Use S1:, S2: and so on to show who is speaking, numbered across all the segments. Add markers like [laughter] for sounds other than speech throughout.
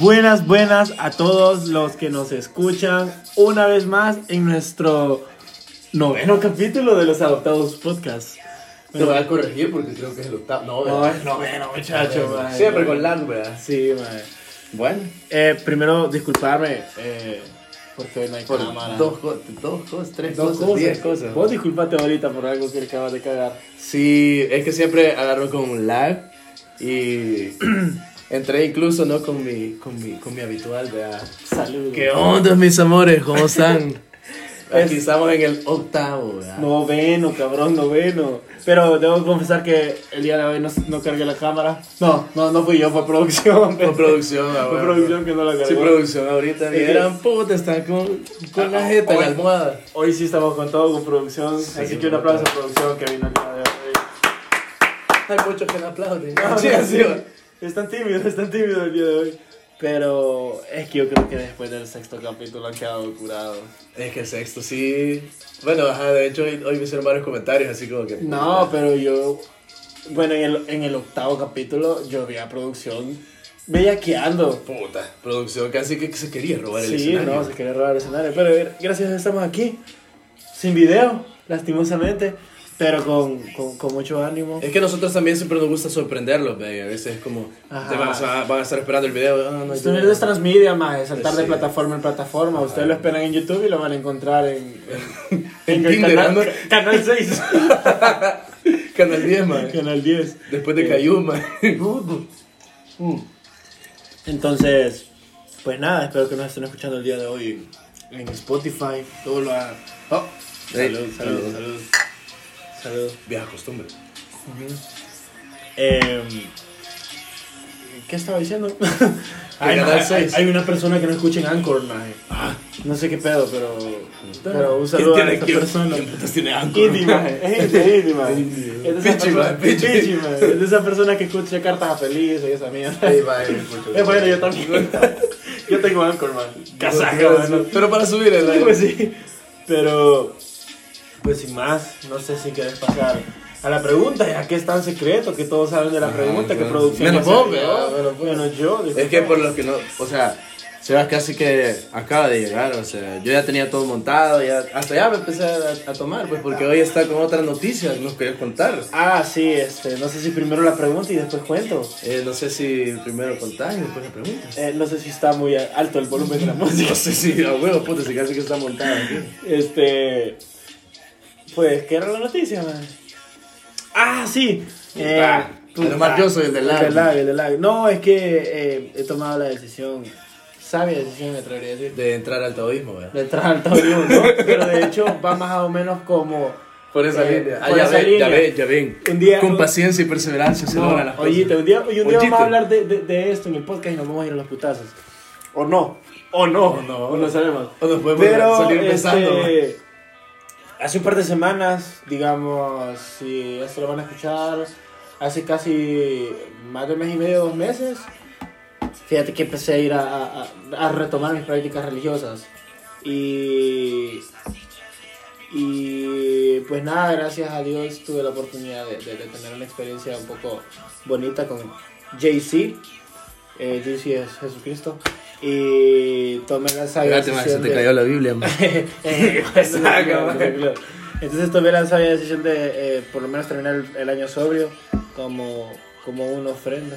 S1: Buenas, buenas a todos los que nos escuchan una vez más en nuestro noveno capítulo de los Adoptados Podcast.
S2: Te voy a corregir porque creo que es el octavo. No,
S1: No,
S2: ¿verdad?
S1: es noveno, muchacho, mae.
S2: Siempre con las, ¿verdad?
S1: Sí, mae.
S2: Bueno,
S1: Eh, primero, disculparme, eh, porque hoy no hay
S2: por
S1: cámara.
S2: dos, co- dos cosas, tres
S1: Dos
S2: cosas, diez cosas.
S1: Vos disculpate ahorita por algo que acabas de cagar.
S2: Sí, es que siempre agarro con un lag y [clears throat] entré incluso no con mi, con mi, con mi habitual, ¿verdad?
S1: Saludos.
S2: ¿Qué onda, mis amores? ¿Cómo están? [laughs] Aquí estamos en el octavo, ¿verdad?
S1: Noveno, cabrón, noveno. Pero debo confesar que el día de hoy no, no cargué la cámara. No, no, no fui yo, [laughs]
S2: [laughs]
S1: fue producción.
S2: Con producción, ¿verdad?
S1: Fue producción que no la
S2: Sí,
S1: cargó.
S2: producción ahorita. Vieran, puta, están con, con la jeta, en la almohada.
S1: Hoy sí estamos con todo, con producción.
S2: Sí,
S1: así que un aplauso
S2: puta.
S1: a producción que vino el día de hoy.
S2: Hay muchos que no aplauden.
S1: [laughs] Sí,
S2: [laughs] Sí,
S1: así [laughs]
S2: así va.
S1: Están tímidos, están tímidos el día de hoy. Pero es que yo creo que después del sexto capítulo han quedado curados.
S2: Es que sexto, sí. Bueno, ajá, de hecho hoy, hoy me hicieron varios comentarios, así como que...
S1: No, pero yo. Bueno, en el, en el octavo capítulo yo vi a producción bellaqueando.
S2: Puta, producción casi que se quería robar el
S1: Sí,
S2: escenario.
S1: no, se quería robar el escenario. Pero gra- gracias a Dios estamos aquí, sin video, lastimosamente, pero con, con, con mucho ánimo.
S2: Es que nosotros también siempre nos gusta sorprenderlos, baby. A veces es como,
S1: Ajá.
S2: te vas a, van a estar esperando el video. ah, no hay
S1: Ustedes
S2: video.
S1: es transmedia, más saltar de
S2: Sí.
S1: plataforma en plataforma. Ustedes lo esperan en YouTube y lo van a encontrar en, en,
S2: En
S1: el
S2: Tinder,
S1: canal,
S2: ¿no?
S1: canal
S2: [laughs]
S1: [laughs] 6,
S2: Canal 10, man.
S1: [laughs] canal 10.
S2: Después de
S1: Eh,
S2: Cayuma. [laughs]
S1: Mm. Entonces, pues nada, espero que nos estén escuchando el día de hoy en Spotify. Todo lo ha... Oh, salud,
S2: Sí.
S1: salud, salud. Salud.
S2: Vieja costumbre.
S1: Em, ¿Qué estaba diciendo? [laughs]
S2: Hay-
S1: Canal
S2: hay-
S1: seis.
S2: hay
S1: una persona que no escucha en Anchor, maje. No sé qué pedo, pero. Pero un saludo a
S2: ¿Quién tiene
S1: esta
S2: quién-
S1: persona.
S2: quién putas
S1: [laughs]
S2: tiene Anchor?
S1: Indy, maje. Es
S2: [laughs]
S1: Indy, es Indy, maje. Es de esa
S2: Pichi,
S1: persona-
S2: maje, pichi.
S1: Pichi, maje. Es de esa persona que escucha cartas a feliz y esa mierda.
S2: Ahí
S1: Es
S2: va, ahí, [laughs] mucho
S1: bueno, yo también. [laughs] Yo tengo Anchor, man. Casaca, mano.
S2: Pero para subir el
S1: Sí, pues sí. Pero, pues sin más, no sé si querés pasar a la pregunta, ya que es tan secreto, que todos saben de la pregunta, que
S2: bueno.
S1: producción.
S2: Menos
S1: va a Ah,
S2: vos,
S1: hacer
S2: ¿verdad?
S1: yo,
S2: Menos vos.
S1: menos yo. disculpa.
S2: Es que por los que no, o sea, Sebas casi que acaba de llegar, o sea, yo ya tenía todo montado, ya, hasta ya me empecé a, a tomar, pues porque hoy está con otras noticias, nos quería contar.
S1: Ah, sí, este, no sé si primero la pregunta y después cuento.
S2: Eh, no sé si primero contás y después le preguntas. [laughs]
S1: Eh, no sé si está muy alto el volumen de la música.
S2: No sé si, a huevo, puta, si casi que está montado aquí.
S1: Este. Pues, ¿qué era la noticia, man? Ah, sí. Eh,
S2: Ah,
S1: puta.
S2: además yo soy el del lag.
S1: El del lag, el del lag. No, es que eh, he tomado la decisión, sabia decisión, me atrevería a decir,
S2: De entrar al taoísmo, ¿verdad?
S1: de entrar al taoísmo, ¿no? Pero de hecho va más o menos como...
S2: Por esa
S1: eh,
S2: línea. Ah,
S1: por
S2: ya
S1: esa
S2: ven, ya
S1: línea.
S2: ven, ya ven.
S1: Un día-
S2: con
S1: un-
S2: paciencia y perseverancia se
S1: No,
S2: logran las
S1: oye,
S2: cosas.
S1: un día, oye, un día
S2: Ollite.
S1: vamos a hablar de, de- de esto en el podcast y nos vamos a ir a los putazos. O no. O no.
S2: O no.
S1: O no sabemos.
S2: O nos podemos
S1: Pero,
S2: salir besando.
S1: este, hace un par de semanas, digamos, si esto lo van a escuchar, hace casi más de mes y medio, dos meses, fíjate que empecé a ir a, a- a- a retomar mis prácticas religiosas. Y, y pues nada, gracias a Dios tuve la oportunidad de, de- de tener una experiencia un poco bonita con JC. Eh, JC es Jesucristo. Y tomé la sabia
S2: Espérate, man, se
S1: decisión
S2: te
S1: de-
S2: cayó la Biblia, man.
S1: Eh, [laughs]
S2: Saca,
S1: no, no,
S2: man.
S1: no, no. Entonces tomé la sabia decisión de eh, por lo menos terminar el, el año sobrio como, como una ofrenda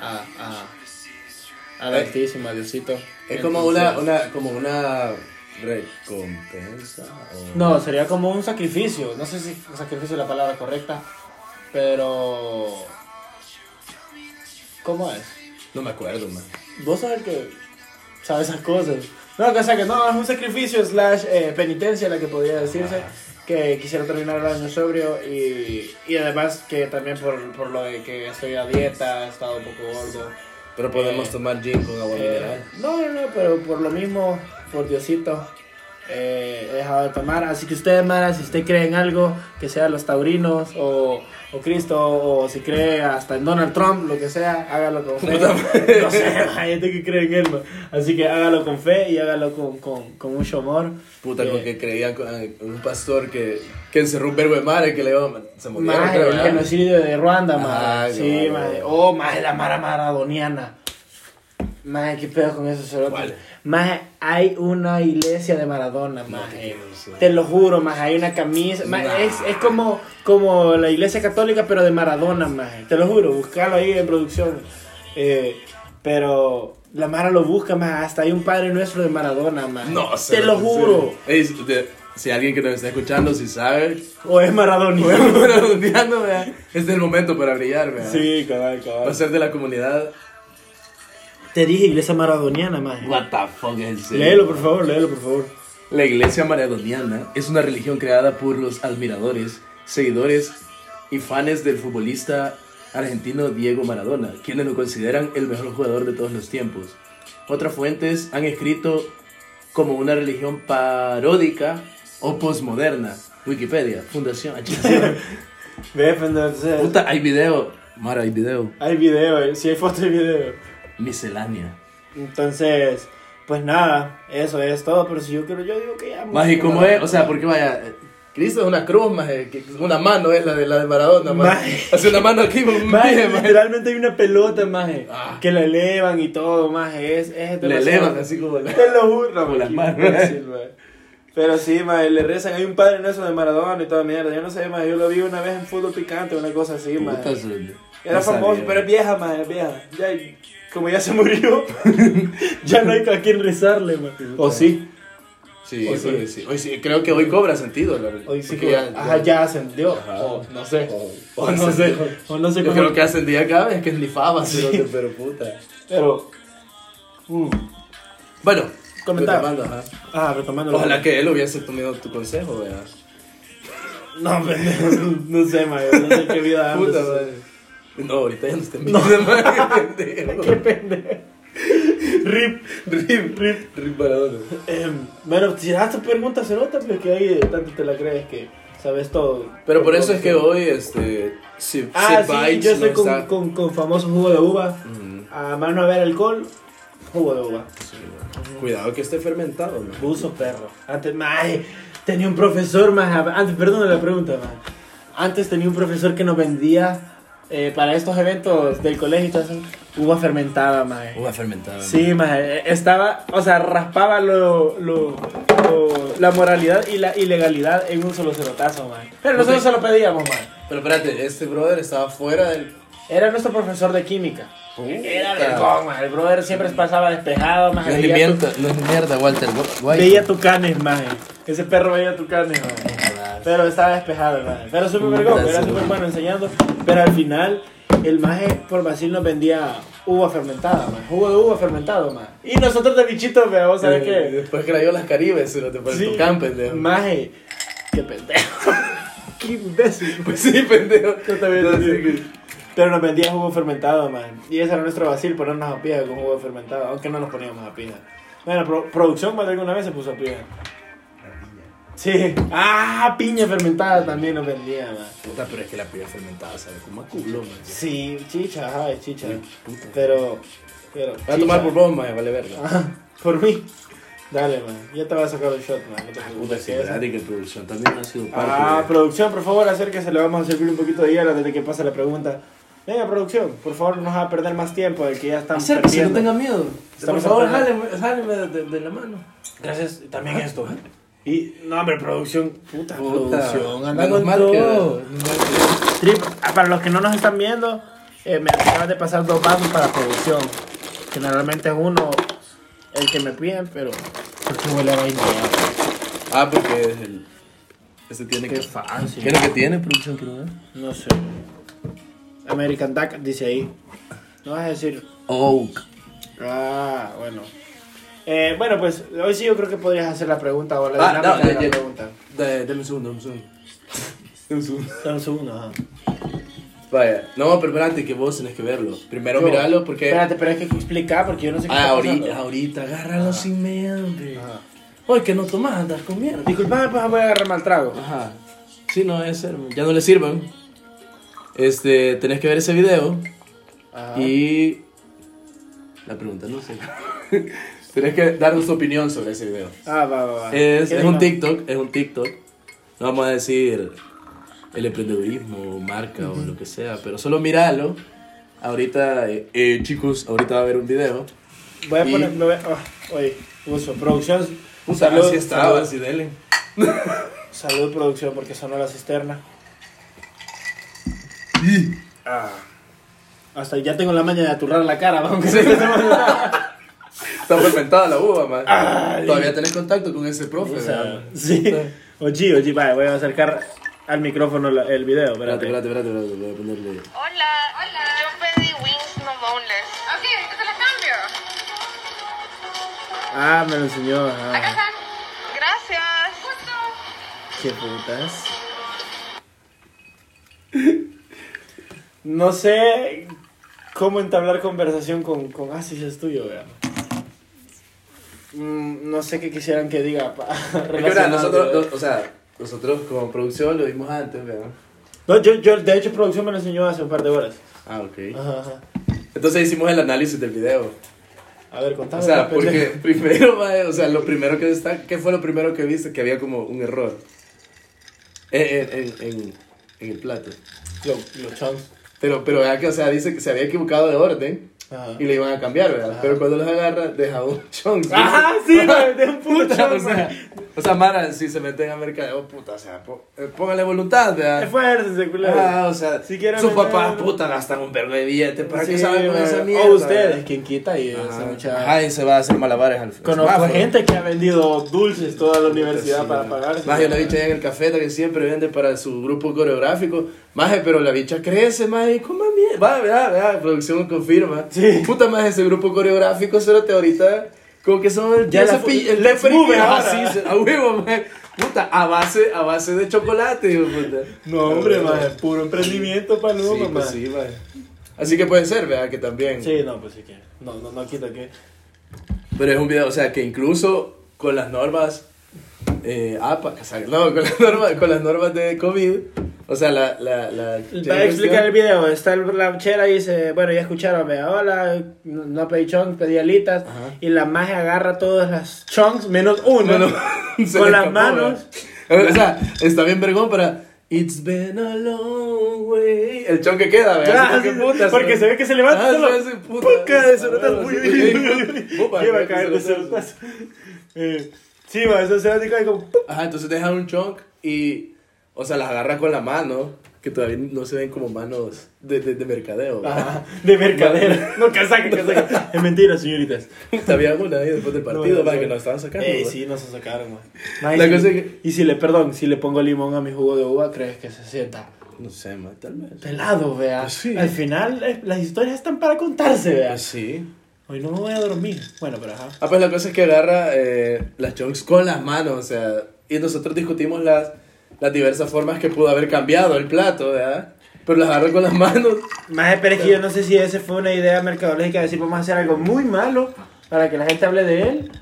S1: a, a, a la
S2: Eh,
S1: Altísima, Diosito.
S2: Es como
S1: Entonces-
S2: una, una, como una recompensa. o-
S1: No, sería como un sacrificio. No sé si sacrificio es la palabra correcta, pero... ¿Cómo es?
S2: No me acuerdo, man.
S1: Vos sabés que sabes esas cosas. No, que, o sea que no, es un sacrificio slash eh, penitencia la que podría decirse.
S2: Ajá.
S1: Que quisiera terminar el año sobrio y, y además que también por, por lo de que estoy a dieta, he estado un poco gordo.
S2: Pero podemos
S1: Eh,
S2: tomar gin con agua
S1: Eh,
S2: mineral.
S1: no, no, no, pero por lo mismo, por Diosito, eh, he dejado de tomar. Así que ustedes, Mara, si usted cree en algo, que sea los taurinos o, o Cristo, o si cree hasta en Donald Trump, lo que sea, hágalo con fe. no sé, [laughs] hay gente que cree en él. ma. Así que hágalo con fe y hágalo con, con, con mucho amor.
S2: Puta,
S1: Eh,
S2: con que creían con eh, un pastor que, que encerró un verbo de madre que le iba a ma- Se murieron,
S1: Maje,
S2: creo,
S1: el
S2: ¿verdad?
S1: genocidio de Ruanda, maje.
S2: Ay,
S1: sí,
S2: no, no.
S1: maje. Oh, maje, la Mara Maradoniana. Mae, qué pedo con esos cerotes.
S2: ¿Cuál?
S1: Mae, hay una iglesia de Maradona,
S2: te
S1: mae.
S2: creo, sí.
S1: Te lo juro, mae, hay una camisa. mae,
S2: Nah.
S1: es, es como, como la iglesia católica, pero de Maradona, mae. Te lo juro, buscalo ahí en producción. Eh, pero la Mara lo busca, mae. Hasta hay un padre nuestro de Maradona, mae.
S2: No,
S1: Te lo juro.
S2: Ey, si- de- si alguien que nos está escuchando, si sabe, [laughs]
S1: O es Maradona.
S2: bueno, [laughs] odiando, vea, este es el momento para brillar, vea.
S1: sí, cabal,
S2: Va a
S1: cabal.
S2: ser de la comunidad.
S1: Te dije iglesia maradoniana, mae.
S2: What the fuck es el serio?
S1: Léelo, por favor, léelo, por favor.
S2: La iglesia maradoniana es una religión creada por los admiradores, seguidores y fans del futbolista argentino Diego Maradona, quienes lo consideran el mejor jugador de todos los tiempos. Otras fuentes han escrito como una religión paródica o posmoderna. Wikipedia, Fundación.
S1: Ve, pendejo, entonces,
S2: Puta, hay video. Mara, hay video.
S1: Hay video, eh. sí hay fotos y video.
S2: Miscelánea.
S1: Entonces, pues nada, eso es todo. Pero si yo quiero, yo digo que ya.
S2: Más y como es, o sea, porque vaya, eh, Cristo es una cruz, más eh, que una mano es la de la de Maradona, más.
S1: Maje.
S2: Hace una mano aquí, maje, [laughs]
S1: Maje,
S2: maje.
S1: literalmente hay una pelota, maje.
S2: Ah.
S1: Que la elevan y todo, maje. Es, es
S2: Le
S1: demasiado-
S2: elevan así como la...
S1: Te lo
S2: [laughs]
S1: juro,
S2: Con las
S1: maje,
S2: manos.
S1: imbécil, maje. Pero sí, maje, le rezan. Hay un padre nuestro de Maradona y toda mierda. Yo no sé, maje. Yo lo vi una vez en fútbol picante, una cosa así, maje.
S2: Puta, Zul.
S1: Era
S2: No
S1: famoso,
S2: sabía.
S1: pero es vieja, maje, es vieja. Ya, como ya se murió, [laughs] ya no hay a quién rezarle, maje. O sí.
S2: Sí,
S1: Hoy
S2: hoy
S1: sí.
S2: sí. sí. Hoy sí, creo que hoy cobra sentido la
S1: Hoy sí
S2: porque
S1: que ya, ajá, ya ascendió.
S2: Ajá.
S1: O no sé. O,
S2: o
S1: no sé. O no sé
S2: Yo
S1: cómo.
S2: creo que ascendía cada vez que es lifaba,
S1: Sí.
S2: cerote, pero puta.
S1: Pero. mm,
S2: Bueno,
S1: Comentaba.
S2: retomando, ajá.
S1: Ah, retomando. lo-
S2: Ojalá que él hubiese tomado tu consejo, ¿verdad?
S1: No, pendejo, [laughs] no sé, mayo. Ah, No sé qué vida andas.
S2: Puta, madre. No, ahorita ya no está en mi [laughs] vida,
S1: [laughs] Qué pendejo. Rip.
S2: Rip,
S1: Rip.
S2: rip Maradona.
S1: Em, bueno, si das tu pregunta, cerota, pero es que ahí tanto te la crees que sabes todo.
S2: Pero por eso es que hoy, este, si,
S1: Ah,
S2: si
S1: sí,
S2: Bites
S1: yo estoy
S2: no
S1: con,
S2: está-
S1: con, con famoso jugo de uva.
S2: Ujú,
S1: A más no haber alcohol, jugo de uva.
S2: sí, bueno. Cuidado que esté fermentado, ¿no?
S1: Buzo perro. Antes, mae, tenía un profesor más. Antes, perdón la pregunta, mae. Antes tenía un profesor que nos vendía eh, para estos eventos del colegio y todo eso, uva fermentada, mae.
S2: Uva fermentada.
S1: Sí, mae. eh, Estaba, o sea, raspaba lo, lo- lo- la moralidad y la ilegalidad en un solo cerotazo, mae. Pero nosotros se lo pedíamos, mae.
S2: Pero espérate, este brother estaba fuera del.
S1: Era nuestro profesor de química. Era vergón, mae. El brother siempre pasaba despejado, mae.
S2: No es ni
S1: Veía tu-
S2: mierda, no es ni mierda, Walter. Wa- guay.
S1: Veía tucanes, mae. Ese perro veía tucanes, mae. Pero estaba despejado, hermano. Pero súper vergón, era súper bueno enseñando. Pero al final, el maje por Brasil nos vendía uva fermentada, man. Jugo de uva fermentado, man. Y nosotros de bichitos, vea, vos sabés
S2: Eh,
S1: qué.
S2: Después creyó las Caribes, se lo te pones tu camp, pendejo.
S1: Maje, qué pendejo. [laughs] qué imbécil.
S2: [laughs] Pues sí, pendejo.
S1: Yo también
S2: No,
S1: lo
S2: sí,
S1: digo.
S2: que-
S1: Pero nos vendía jugo fermentado, man. Y ese era nuestro vacil, ponernos a pija con jugo fermentado, aunque no nos poníamos a pija. Bueno, pro- producción más de alguna vez se puso a pija. Sí. Ah, piña fermentada también nos vendía, man.
S2: Puta, pero es que la piel fermentada sabe como a culo, man.
S1: Sí, chicha, ajá, es chicha.
S2: Puta.
S1: Pero, pero.
S2: Voy a tomar por
S1: chicha.
S2: vos, man, vale verga.
S1: Ajá, [laughs] por mí. Dale, man. Ya te voy a sacar el shot, man. No te preocupes.
S2: Ah, Puta, sí,
S1: Esa-
S2: verdad, y que producción también ha sido parte.
S1: Ah,
S2: de-
S1: producción, por favor, acérquese. Le vamos a servir un poquito de hielo desde que pase la pregunta. Venga, producción, por favor, no nos va a perder más tiempo del que ya estamos
S2: Acérquese, no
S1: perdiendo.
S2: tenga miedo.
S1: Estamos
S2: por favor,
S1: apenas-
S2: jáleme, jáleme de, de la mano.
S1: Gracias, también esto. ¿eh? Y, no, hombre, producción. Puta, producción.
S2: Puta,
S1: Anda
S2: menos
S1: con
S2: mal que-
S1: todo. Trip, ah, para los que no nos están viendo, eh, me acaban de pasar dos vasos para producción. Que normalmente es uno el que me piden, pero. Porque huele a vainilla.
S2: Ah, porque es el. Este tiene
S1: Qué
S2: que.
S1: fancy.
S2: ¿Qué es lo que tiene, producción? Quiero ver.
S1: No sé. American Duck dice ahí. No vas a decir.
S2: Oak.
S1: Ah, bueno. Eh, bueno, pues hoy sí yo creo que podrías hacer la pregunta o la
S2: Ah,
S1: dinámica
S2: no,
S1: de
S2: ya,
S1: la
S2: ya.
S1: pregunta.
S2: Da- Dame un segundo, dame un segundo. Dame un segundo.
S1: Dame un segundo, ajá.
S2: Vaya. No, pero espérate que vos tenés que verlo. Primero
S1: Yo-
S2: miralo porque.
S1: Espérate, pero hay que explicar porque yo no sé qué
S2: Ah,
S1: está
S2: ahorita,
S1: pasando.
S2: ahorita, agárralo sin miedo, hombre.
S1: Ajá.
S2: Oye, que no tomás, andas con mierda.
S1: Disculpame, pues voy a agarrar mal trago.
S2: Ajá. Sí, no, es ser, ya no le sirvan. Este, tenés que ver ese video
S1: Ajá.
S2: y. La pregunta, no sé. [laughs] tenés que darnos tu opinión sobre ese video.
S1: Ah, va, va, va.
S2: Es,
S1: ¿Qué
S2: es
S1: digo?
S2: un TikTok, es un TikTok. No vamos a decir el emprendedurismo, marca o lo que sea, pero solo míralo. Ahorita, eh, eh, chicos, ahorita va a haber un video
S1: Voy a
S2: Y-
S1: poner. me voy a- ah, oye, uso, producción.
S2: Un
S1: salud,
S2: así estaba,
S1: salud.
S2: así dele.
S1: Salud, producción, porque sonó la cisterna. [laughs] Ah. Hasta ya tengo la maña de aturrar la cara, ¿no? aunque
S2: Sí.
S1: sea.
S2: Está fermentada la uva, man. Todavía tenés contacto con ese profe,
S1: [laughs] O sea,
S2: ¿verdad?
S1: sí. Oye, oye, vaya, voy a acercar al micrófono la- el video, espérate.
S2: espérate, espérate, voy a ponerle.
S3: Hola. Hola. Yo pedí wings no boneless.
S4: Ok, te la cambio.
S1: Ah, me lo enseñó. ah.
S4: Acá están.
S3: Gracias.
S4: Justo.
S1: ¿Qué putas? No sé cómo entablar conversación con, con ah, sí, sí, es tuyo, vean. Mm, No sé qué quisieran que diga. pa- [laughs]
S2: Es que, mira,
S1: relacionado,
S2: nosotros,
S1: ¿verdad?
S2: nos- o sea, nosotros como producción lo vimos antes, ¿verdad?
S1: No, yo, yo, de hecho, producción me lo enseñó hace un par de horas.
S2: Ah, ok.
S1: Ajá, ajá.
S2: Entonces hicimos el análisis del video.
S1: A ver, contame.
S2: O sea,
S1: la pendeja.
S2: porque [laughs] primero, mae, o sea, lo primero que está, ¿qué fue lo primero que viste? Que había como un error en, en- en- en- en el plato.
S1: Lo- Los chons.
S2: Pero, pero vea que, o sea, dice que se había equivocado de orden
S1: Ajá.
S2: y le iban a cambiar, ¿verdad? Pero cuando los agarra, deja un chunk.
S1: Ajá, Ah. sí,
S2: [laughs]
S1: mae, deja un puto
S2: Puta,
S1: chunk,
S2: o sea,
S1: mae.
S2: o sea, Mara, si se meten a mercadeo, puta, o sea, po- eh, póngale voluntad, ¿verdad?
S1: Esfuércense, culero.
S2: Ah, o sea,
S1: Si quieren
S2: sus
S1: vender-
S2: papás, puta, gastan un vergo de billete. ¿Para qué
S1: Sí,
S2: saben con
S1: mae.
S2: esa mierda?
S1: O ustedes,
S2: ¿verdad?
S1: quien quita y hace
S2: Ajá.
S1: mucha.
S2: Ajá, y se va a hacer malabares al al
S1: Conozco
S2: semáforo.
S1: gente que ha vendido dulces toda la universidad
S2: Sí,
S1: Pues para
S2: ma.
S1: pagar.
S2: Maje, yo la bicha allá en el café que siempre vende para su grupo coreográfico. Maje, pero la bicha crece, maje. ¿Cómo mierda? Va, vea, vea, producción confirma.
S1: Sí.
S2: Puta, maje, ese grupo coreográfico, cerote, ahorita. Como que son el
S1: Ya la
S2: ese
S1: fu-
S2: pi- el
S1: let's
S2: perfil-
S1: move it
S2: ah,
S1: ahora.
S2: sí, se- a huevo, maje. Puta, a base, a base de chocolate, hijo de puta.
S1: No, hombre,
S2: Ah,
S1: maje, puro emprendimiento para
S2: Sí,
S1: Luma,
S2: pues
S1: maje.
S2: sí, maje. Así que puede ser, vea, que también.
S1: Sí, no, pues sí que. No, no, no quita que.
S2: Pero es un video, o sea, que incluso con las normas eh, APA, o sea, no, con las normas, con las normas de COVID, o sea, la... la, la
S1: Para explicar el video, está el- la chera y dice, bueno, ya escucharon, vea, hola, no no pedí chunks, pedí alitas,
S2: Ajá.
S1: y la maje agarra todas las chunks menos
S2: [laughs]
S1: uno, [laughs]
S2: se
S1: con
S2: le
S1: las
S2: escapó,
S1: manos.
S2: ¿verdad? O sea, está bien vergón para... It's been a long way. El chon que queda, ¿verdad?
S1: Ah,
S2: Así que
S1: sí,
S2: puta,
S1: porque
S2: ¿no?
S1: se ve que se levanta
S2: Ah,
S1: solo.
S2: se hace puta.
S1: Puca de cerotas
S2: Ah,
S1: muy
S2: sí,
S1: bien.
S2: sí.
S1: [laughs]
S2: Pupa,
S1: Lleva a
S2: que
S1: caer de
S2: cerotazo.
S1: cerotas. Eh, Sí, va, eso se va como... ¡pum!
S2: Ajá, entonces deja un chunk y, o sea, las agarra con la mano, que todavía no se ven como manos de, de, de mercadeo. [laughs]
S1: Ajá, Ah, de mercadera. No, casaca, casaca. [laughs] Es mentira, señoritas.
S2: Había una ahí después del partido,
S1: No, no,
S2: para
S1: no.
S2: que nos estaban sacando.
S1: Ey,
S2: güey.
S1: sí, no se sacaron, güey.
S2: La
S1: y,
S2: cosa es que-
S1: y si le, perdón, si le pongo limón a mi jugo de uva, ¿crees que se sienta
S2: No sé, ma, tal vez.
S1: pelado, vea?
S2: Pues sí.
S1: Al final, eh, las historias están para contarse, vea.
S2: Ah, sí.
S1: Hoy no me voy a dormir. Bueno, pero ajá.
S2: Ah, pues la cosa es que agarra eh, las chunks con las manos, o sea, y nosotros discutimos las, las diversas formas que pudo haber cambiado el plato, ¿verdad? Pero las agarra con las manos.
S1: Más pero es que yo no sé si esa fue una idea mercadológica de decir, vamos a hacer algo muy malo para que la gente hable de él.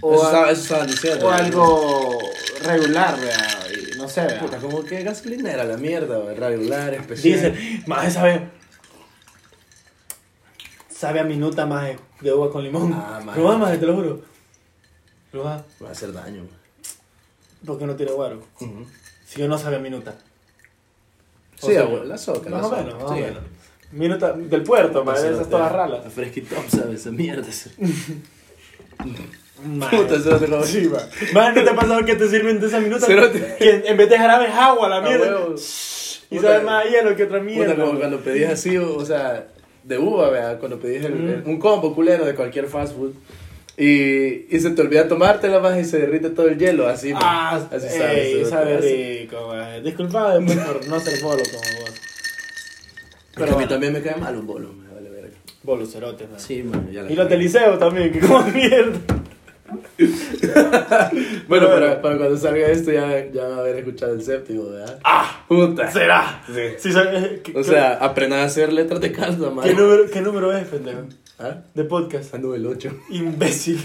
S1: O,
S2: eso,
S1: a-
S2: estaba, eso estaban diciendo.
S1: o
S2: ¿verdad?
S1: algo regular, vea. y No sé, vea.
S2: Puta, como que gasolinera la mierda, ¿verdad? regular, especial.
S1: Dicen, maje, sabe. Sabe a minuta, maje, de uva con limón.
S2: Ah, maje.
S1: Probá, maje, te lo juro. Probá.
S2: Va a hacer daño, ma.
S1: ¿Por qué no tiene guaro?
S2: Ujú.
S1: Si yo no sabe a minuta. O
S2: Sí,
S1: sea,
S2: abuelo, la soca. la
S1: Más o
S2: soca.
S1: menos, más o
S2: Sí.
S1: menos. Minuta del puerto, maje, esas todas
S2: La
S1: ralas.
S2: fresquitón, ¿sabes? Esa mierda. esa-
S1: Maje.
S2: Puta, eso te lo
S1: Sí, maje. Maje, ¿no te ha pasado que te sirven de esa minuta?
S2: Cerote.
S1: Que en vez de jarabe es agua, la
S2: A
S1: mierda.
S2: huevo.
S1: Y
S2: Puta.
S1: sabe más hielo que otra
S2: Puta,
S1: mierda.
S2: como
S1: maje.
S2: cuando pedís así, o o sea, de uva, ¿verdad? Cuando pedís el-
S1: Mm.
S2: el- un combo culero de cualquier fast food. Y, y se te olvida tomártela más y se derrite todo el hielo, así.
S1: Ah,
S2: man. así
S1: ey,
S2: se-
S1: sabe
S2: así.
S1: rico, maje. Disculpad después por no ser bolo como vos.
S2: Pero a mí también me cae mal un bolo, me vale verga.
S1: Bolo cerote, maje.
S2: Sí, man, ya la
S1: Y los del liceo también, que como [laughs] mierda.
S2: Bueno, para, para cuando salga esto ya, ya va a haber escuchado el séptimo, ¿verdad?
S1: ¡Ah!
S2: Puta.
S1: ¿Será? Sí, sabe- ¿qué-
S2: O sea, aprendan a hacer letras de calza,
S1: ¿qué,
S2: man.
S1: qué número, ¿qué número es, pendejo?
S2: ¿Ah?
S1: De podcast.
S2: Ando el 8.
S1: Imbécil.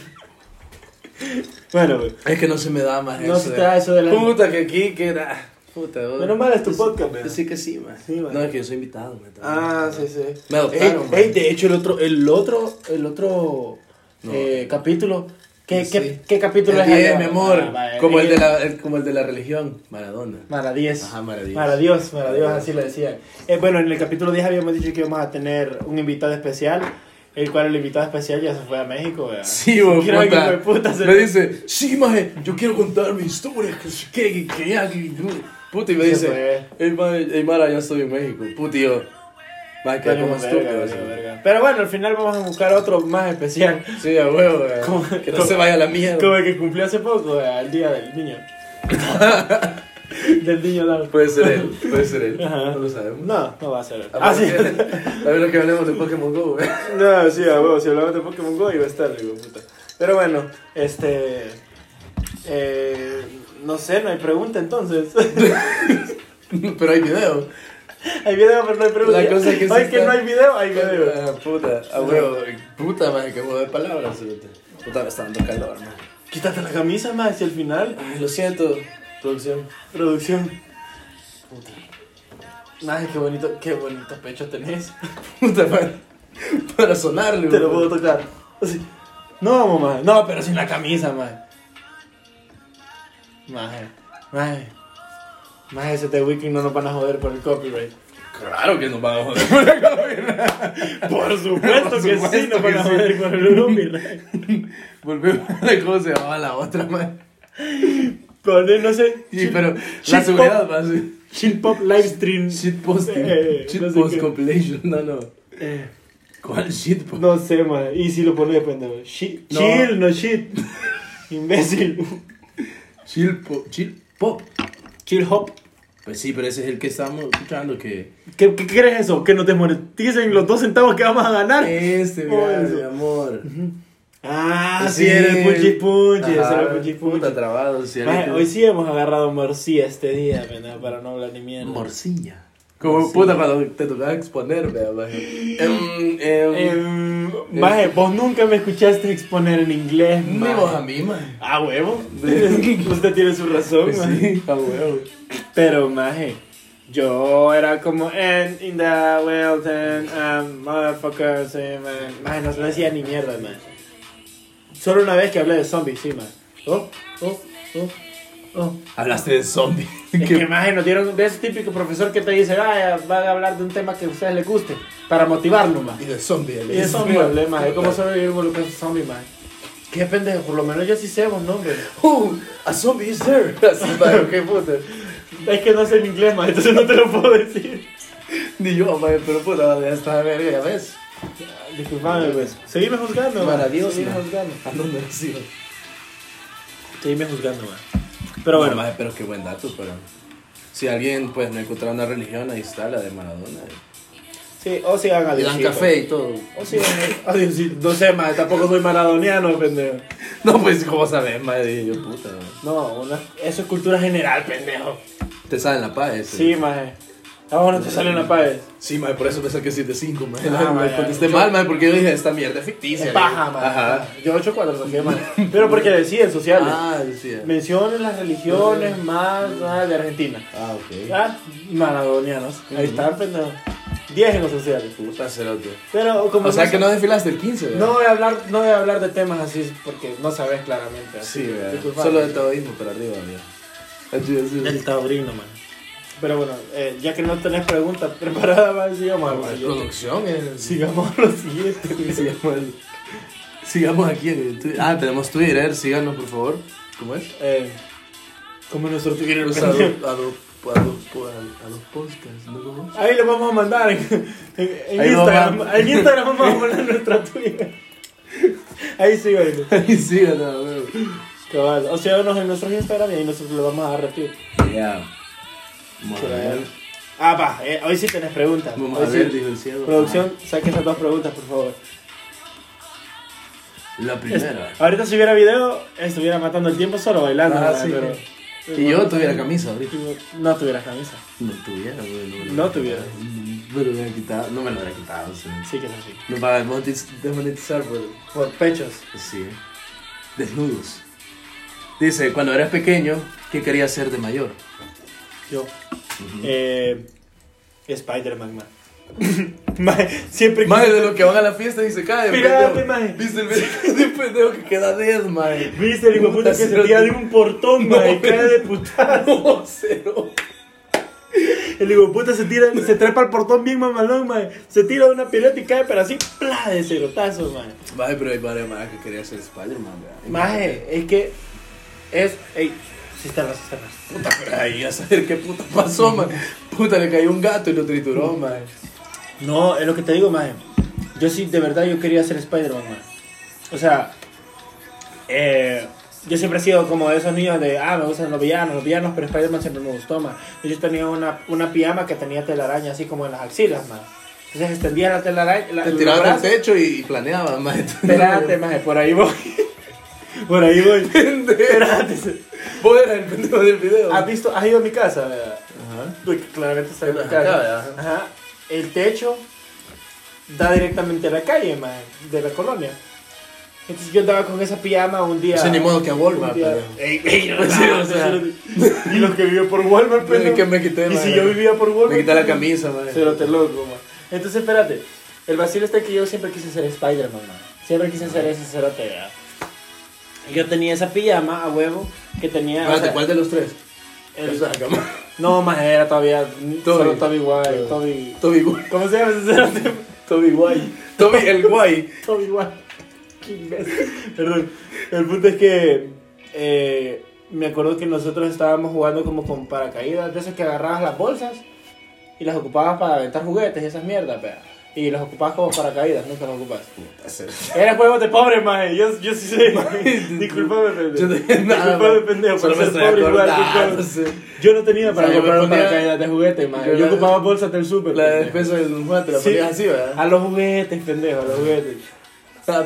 S1: Bueno, pues, güey.
S2: Es que no se me da más
S1: No
S2: eso.
S1: se
S2: eh.
S1: te da eso de la-
S2: Puta, que aquí, que era. Puta, güey.
S1: Menos mal es tu
S2: Yo-
S1: podcast,
S2: Yo
S1: man.
S2: sí que sí, man.
S1: Sí, man.
S2: No, es que yo soy invitado, man. también.
S1: Ah, sí, sí.
S2: Me adoptaron,
S1: Ey,
S2: man.
S1: ey, de hecho, el otro, el otro, el otro
S2: No.
S1: eh, capítulo. ¿Qué,
S2: Sí.
S1: qué, qué capítulo
S2: El
S1: es?
S2: 10,
S1: allá?
S2: mi amor.
S1: Ah, vaya,
S2: como, el
S1: eh,
S2: de la, el- como el de la religión, Maradona.
S1: Mara 10.
S2: Ajá, Mara 10.
S1: Mara Dios, Mara Dios, así le decían. Eh, bueno, en el capítulo 10 habíamos dicho que íbamos a tener un invitado especial. el cual el invitado especial ya se fue a México, ¿verdad?
S2: Sí, bo,
S1: Creo que
S2: puta.
S1: fue puta, se-
S2: Me dice, sí, maje, yo quiero contar mi historia, que se que, que, que, ya, que- que". Puta, y me
S1: Se
S2: dice,
S1: fue.
S2: hey, maje, hey, Mara, ya estoy en México. Puta, y yo, maje, quedé como
S1: Valimos verga,
S2: estúpido.
S1: valimos
S2: así.
S1: verga. Pero bueno, al final vamos a buscar otro más
S2: [laughs]
S1: especial.
S2: Sí, a
S1: [laughs]
S2: huevo, eh.
S1: Como-
S2: que no
S1: como-
S2: se vaya a la mierda.
S1: Como el que cumplió hace poco, ¿verdad? el día del
S2: [laughs]
S1: niño. del niño Down.
S2: Puede ser él,
S1: [laughs]
S2: puede ser él.
S1: Ajá.
S2: No lo sabemos.
S1: No, Ah, no va a ser.
S2: A menos que- [laughs] a menos que hablemos de Pokémon
S1: [laughs]
S2: Go, güey.
S1: No, sí, a huevo, si hablamos de Pokémon Go iba a estar, digo, puta. Pero bueno, este. eh, no sé, no hay pregunta entonces. [laughs]
S2: Pero hay video.
S1: hay video, pero no hay pregunta.
S2: La cosa es que sí
S1: Ay, que
S2: está-
S1: no hay video, hay video.
S2: Ah, puta, a huevo. Puta, madre, que huevo de palabras. fíjate. Puta, me está dando calor, man.
S1: Quítate la camisa, más hacia el final.
S2: Ay, lo siento, producción.
S1: Producción. Puta. Ay, qué bonito, qué bonito pecho tenés.
S2: Puta, man. Para sonarle,
S1: Te lo
S2: güey.
S1: puedo tocar. Así. No, mamá. No, pero sin la camisa, mamá. Maje. Maje. Maje, ese The Weeknd no nos van a joder por el copyright.
S2: Claro que nos van a joder [laughs] por la cabina.
S1: [laughs] Por supuesto,
S2: Por
S1: que sí
S2: supuesto
S1: nos van
S2: que
S1: a
S2: sí.
S1: joder por el copyright.
S2: Volvemos a la cosa, se llamaba la otra, man.
S1: Con él, no sé.
S2: Sí, pero la
S1: shit
S2: seguridad
S1: pop-
S2: va a ser
S1: Chill Pop Livestream.
S2: shit posting.
S1: Eh,
S2: Shit
S1: no sé
S2: post
S1: qué.
S2: compilation, no, no.
S1: Eh,
S2: ¿Cuál shit post?
S1: no sé, maje. Y si lo pone de pendejo. Shit.
S2: No.
S1: Chill, no shit. [laughs] Imbécil.
S2: Chill pop. Chill pop.
S1: Chill Hop.
S2: Pues sí, pero ese es el que estamos escuchando que.
S1: ¿Qué, ¿Qué crees eso? ¿Que nos desmoneticen los dos centavos que vamos a ganar?
S2: Este,
S1: Oh,
S2: mira,
S1: eso.
S2: mi amor.
S1: Ah, sí, era el punchi punchi, ese era el punchi punchi.
S2: Puta trabado, si
S1: Maje,
S2: alguien-
S1: hoy sí hemos agarrado morcilla este día, ¿verdad? para no hablar ni mierda.
S2: Morcilla. Como puta cuando te tocaba exponer, vea, maje. Em, em,
S1: Em, maje, vos nunca me escuchaste exponer en inglés,
S2: Ni
S1: maje.
S2: vos a mí, man.
S1: Ah,
S2: [laughs]
S1: huevo. Usted tiene su razón,
S2: Pues
S1: maje.
S2: sí, a huevo.
S1: Pero, maje, yo era como, and in the world, and um, motherfuckers, eh, man. Maje, no, no decía ni mierda, man. Solo una vez que hablé de zombies, sí, man. Oh, oh, oh, oh.
S2: Hablaste de zombie.
S1: Es
S2: [laughs]
S1: que, maje, nos dieron de ese típico profesor que te dice, vaya, van a hablar de un tema que a ustedes les guste, para motivarnos, más.
S2: Y de zombie.
S1: Y eso es mi problema, ¿eh? es como sobrevivir con lo que es zombie, man. Qué pendejo, por lo menos yo sí sé vos nombres.
S2: Oh, a zombie is [laughs] there. Así, maje, qué puta.
S1: Es que no sé en inglés, man, entonces no te lo puedo decir.
S2: Ni yo, maje, pero puta, ya está verga, ya ves.
S1: Disculpame, pues. Seguime juzgando, man.
S2: Para Dios,
S1: Seguime
S2: man.
S1: juzgando.
S2: ¿A dónde has ido?
S1: Seguime juzgando, man. Pero bueno,
S2: maje, pero qué buen dato, pero. Si alguien pues no encontraba una religión, ahí está la de Maradona.
S1: sí, o si hagan
S2: Ah, Le dan café y todo.
S1: O si No
S2: Eh,
S1: sé, man, tampoco soy maradoniano, pendejo.
S2: No, pues, ¿cómo sabes, madre? Dije yo, puta. man.
S1: No, una- eso es cultura general, pendejo.
S2: Te salen la paz, ese.
S1: Sí, maje. Vamos, no te salen la pared.
S2: Sí, madre, por eso pensé que sí de 5, madre.
S1: Ah,
S2: [laughs] me
S1: madre,
S2: contesté
S1: yo-
S2: mal, madre, porque yo dije, esta mierda es ficticia.
S1: Es paja,
S2: dije.
S1: maje.
S2: Ajá.
S1: Yo 8 cuadros, saqué, maje. Pero porque deciden sociales.
S2: Ah, decía.
S1: Mencionen las religiones más ah, de Argentina.
S2: Ah, ok.
S1: Ah, maradonianos. Ahí están, pendejo. 10 en los sociales.
S2: Puta cerote.
S1: Pero como
S2: O sea
S1: no
S2: que
S1: sé-
S2: no desfilaste el 15, ¿verdad?
S1: No voy a hablar, no voy a hablar de temas así porque no sabes claramente. así
S2: Sí,
S1: que
S2: ¿verdad?
S1: disculpa.
S2: Solo de taoísmo para arriba, ¿verdad? Así, así.
S1: Del taurino, man. Pero bueno, eh, ya que no tenés [laughs] preguntas preparadas, man, sigamos a lo
S2: Madre,
S1: siguiente.
S2: Producción, eh.
S1: Sigamos [laughs] a lo siguiente. güey.
S2: [laughs] Sigamos, sigamos aquí en el Twitter. Ah, tenemos Twitter, síganos, por favor. ¿Cómo es?
S1: Eh, como nuestro Twitter
S2: Los ado,
S1: pendejo.
S2: ado, ado, ado podcasts, ¿no? ¿Cómo
S1: [laughs]
S2: es?
S1: Ahí lo vamos a mandar en, en- en
S2: Ahí lo
S1: Instagram.
S2: vamos.
S1: En Instagram vamos a mandar nuestra Twitter. Ahí sí, güey.
S2: Ahí síganos, güey.
S1: Cabal. O sea, nos en nuestros Instagram y ahí nosotros lo vamos a repetir.
S2: Ya. Vamos a ver.
S1: Ah, va. eh, hoy sí tenés preguntas.
S2: Vamos
S1: Hoy
S2: a
S1: sí.
S2: ver, dijo el ciego.
S1: Producción, saque esas dos preguntas, por favor.
S2: Ah,
S1: [laughs]
S2: La primera.
S1: Ahorita si hubiera video, estuviera matando el tiempo solo bailando.
S2: Ah,
S1: ¿verdad?
S2: sí.
S1: pero,
S2: Y yo tuviera camisa ahorita.
S1: No tuviera camisa.
S2: No tuviera, güey. me la
S1: No
S2: hubiera
S1: tuviera.
S2: quitado. Me lo hubiera quitado. No me lo hubiera quitado, sí.
S1: Sí que es así.
S2: No para desmonetiz- desmonetizar, güey.
S1: Por pechos.
S2: Sí. ¿eh? Desnudos. Dice, cuando eras pequeño, ¿qué querías ser de mayor?
S1: Yo. eh, Spider-Man, [laughs] man. Mae, Siempre que-
S2: Madre de los que van a la fiesta y se caen.
S1: Espérate,
S2: pendejo.
S1: maje.
S2: Viste el [laughs] video de pendejo que queda 10, madre.
S1: ¿Viste el hijo de puta que se tira de un portón,
S2: [laughs] No,
S1: mae,
S2: pero-
S1: Cae de putada.
S2: No, cero.
S1: El hijo de puta se tira, se trepa al portón bien mamalón, mae. Se tira de una pileta y cae, pero así, ¡plá! de cerotazo, mae.
S2: Maje, pero hay varias maje que quería ser Spider-Man, ¿verdad?
S1: Maje, es que es. Ey, sistemas, sistemas.
S2: Puta, pero ahí a saber qué puta pasó, man. Puta, le cayó un gato y lo trituró, man.
S1: No, es lo que te digo, maje. Yo sí, de verdad, yo quería ser Spider-Man, maje. O sea, eh, yo siempre he sido como de esos niños de, ah, me gustan los villanos, los villanos, pero Spider-Man siempre me gustó, maje. Y Yo tenía una, una pijama que tenía telaraña así como en las axilas, maje. Entonces extendía la telaraña. la-
S2: Te
S1: los
S2: tiraba del
S1: brazos.
S2: techo y planeaba, [laughs] man.
S1: Espérate, maje, por ahí voy. [laughs] Por ahí voy.
S2: [laughs]
S1: Espérate.
S2: Vos eras el pendejo del video.
S1: ¿Has visto? ¿Has ido a mi casa? verdad?
S2: Ajá.
S1: Uy, que Claramente está en mi
S2: Ajá,
S1: casa.
S2: ajá.
S1: Ajá. El techo da directamente a la calle, maje, de la colonia. Entonces yo andaba con esa pijama un día.
S2: Sí, ni modo que a Walmart,
S1: un día-
S2: pero-
S1: Ey, ey, no,
S2: Sí, Ah, o
S1: no,
S2: sea.
S1: no, no. Y los que viven por Walmart,
S2: Pero
S1: pero.
S2: es que me quité,
S1: Y
S2: maje.
S1: si yo vivía por Walmart.
S2: Me quité la
S1: pero-
S2: camisa, man.
S1: pero te loco, man. Entonces, espérate. El vacío está que yo siempre quise ser Spider-Man, man. Siempre quise ser ese cerote, ¿verdad? Y Yo tenía esa pijama a huevo que tenía. o
S2: Espérate,
S1: sea,
S2: ¿cuál de los tres?
S1: el-
S2: O sea, como-
S1: No, más era todavía. Solo Toby White.
S2: Toby.
S1: Toby.
S2: Toby [laughs] Guay.
S1: ¿Cómo se llama ese cerote?
S2: Toby Guay. Toby el Guay.
S1: Toby White. Qué imbécil. Perdón. El punto es que. eh, me acuerdo que nosotros estábamos jugando como con paracaídas, de esos que agarrabas las bolsas y las ocupabas para aventar juguetes y esas mierdas, pea. Y las ocupabas como paracaídas, nunca las ocupas. Era juegos de pobre, maje. Yo, yo sí sé. [laughs] Disculpame, pendejo.
S2: Yo no dije nada,
S1: Disculpame,
S2: man.
S1: pendejo.
S2: Solo
S1: Por
S2: me
S1: ser
S2: estoy
S1: pobre igual.
S2: acordando,
S1: disculpame.
S2: sí.
S1: Yo no tenía para
S2: O sea, yo me
S1: comprar
S2: ponía-
S1: paracaídas de juguete, man.
S2: Yo
S1: Yo,
S2: la-
S1: ocupaba bolsas del súper.
S2: La de
S1: pendejo.
S2: peso del Juan te la
S1: Sí.
S2: ponías así, ¿verdad?
S1: A los juguetes, pendejo, a los juguetes.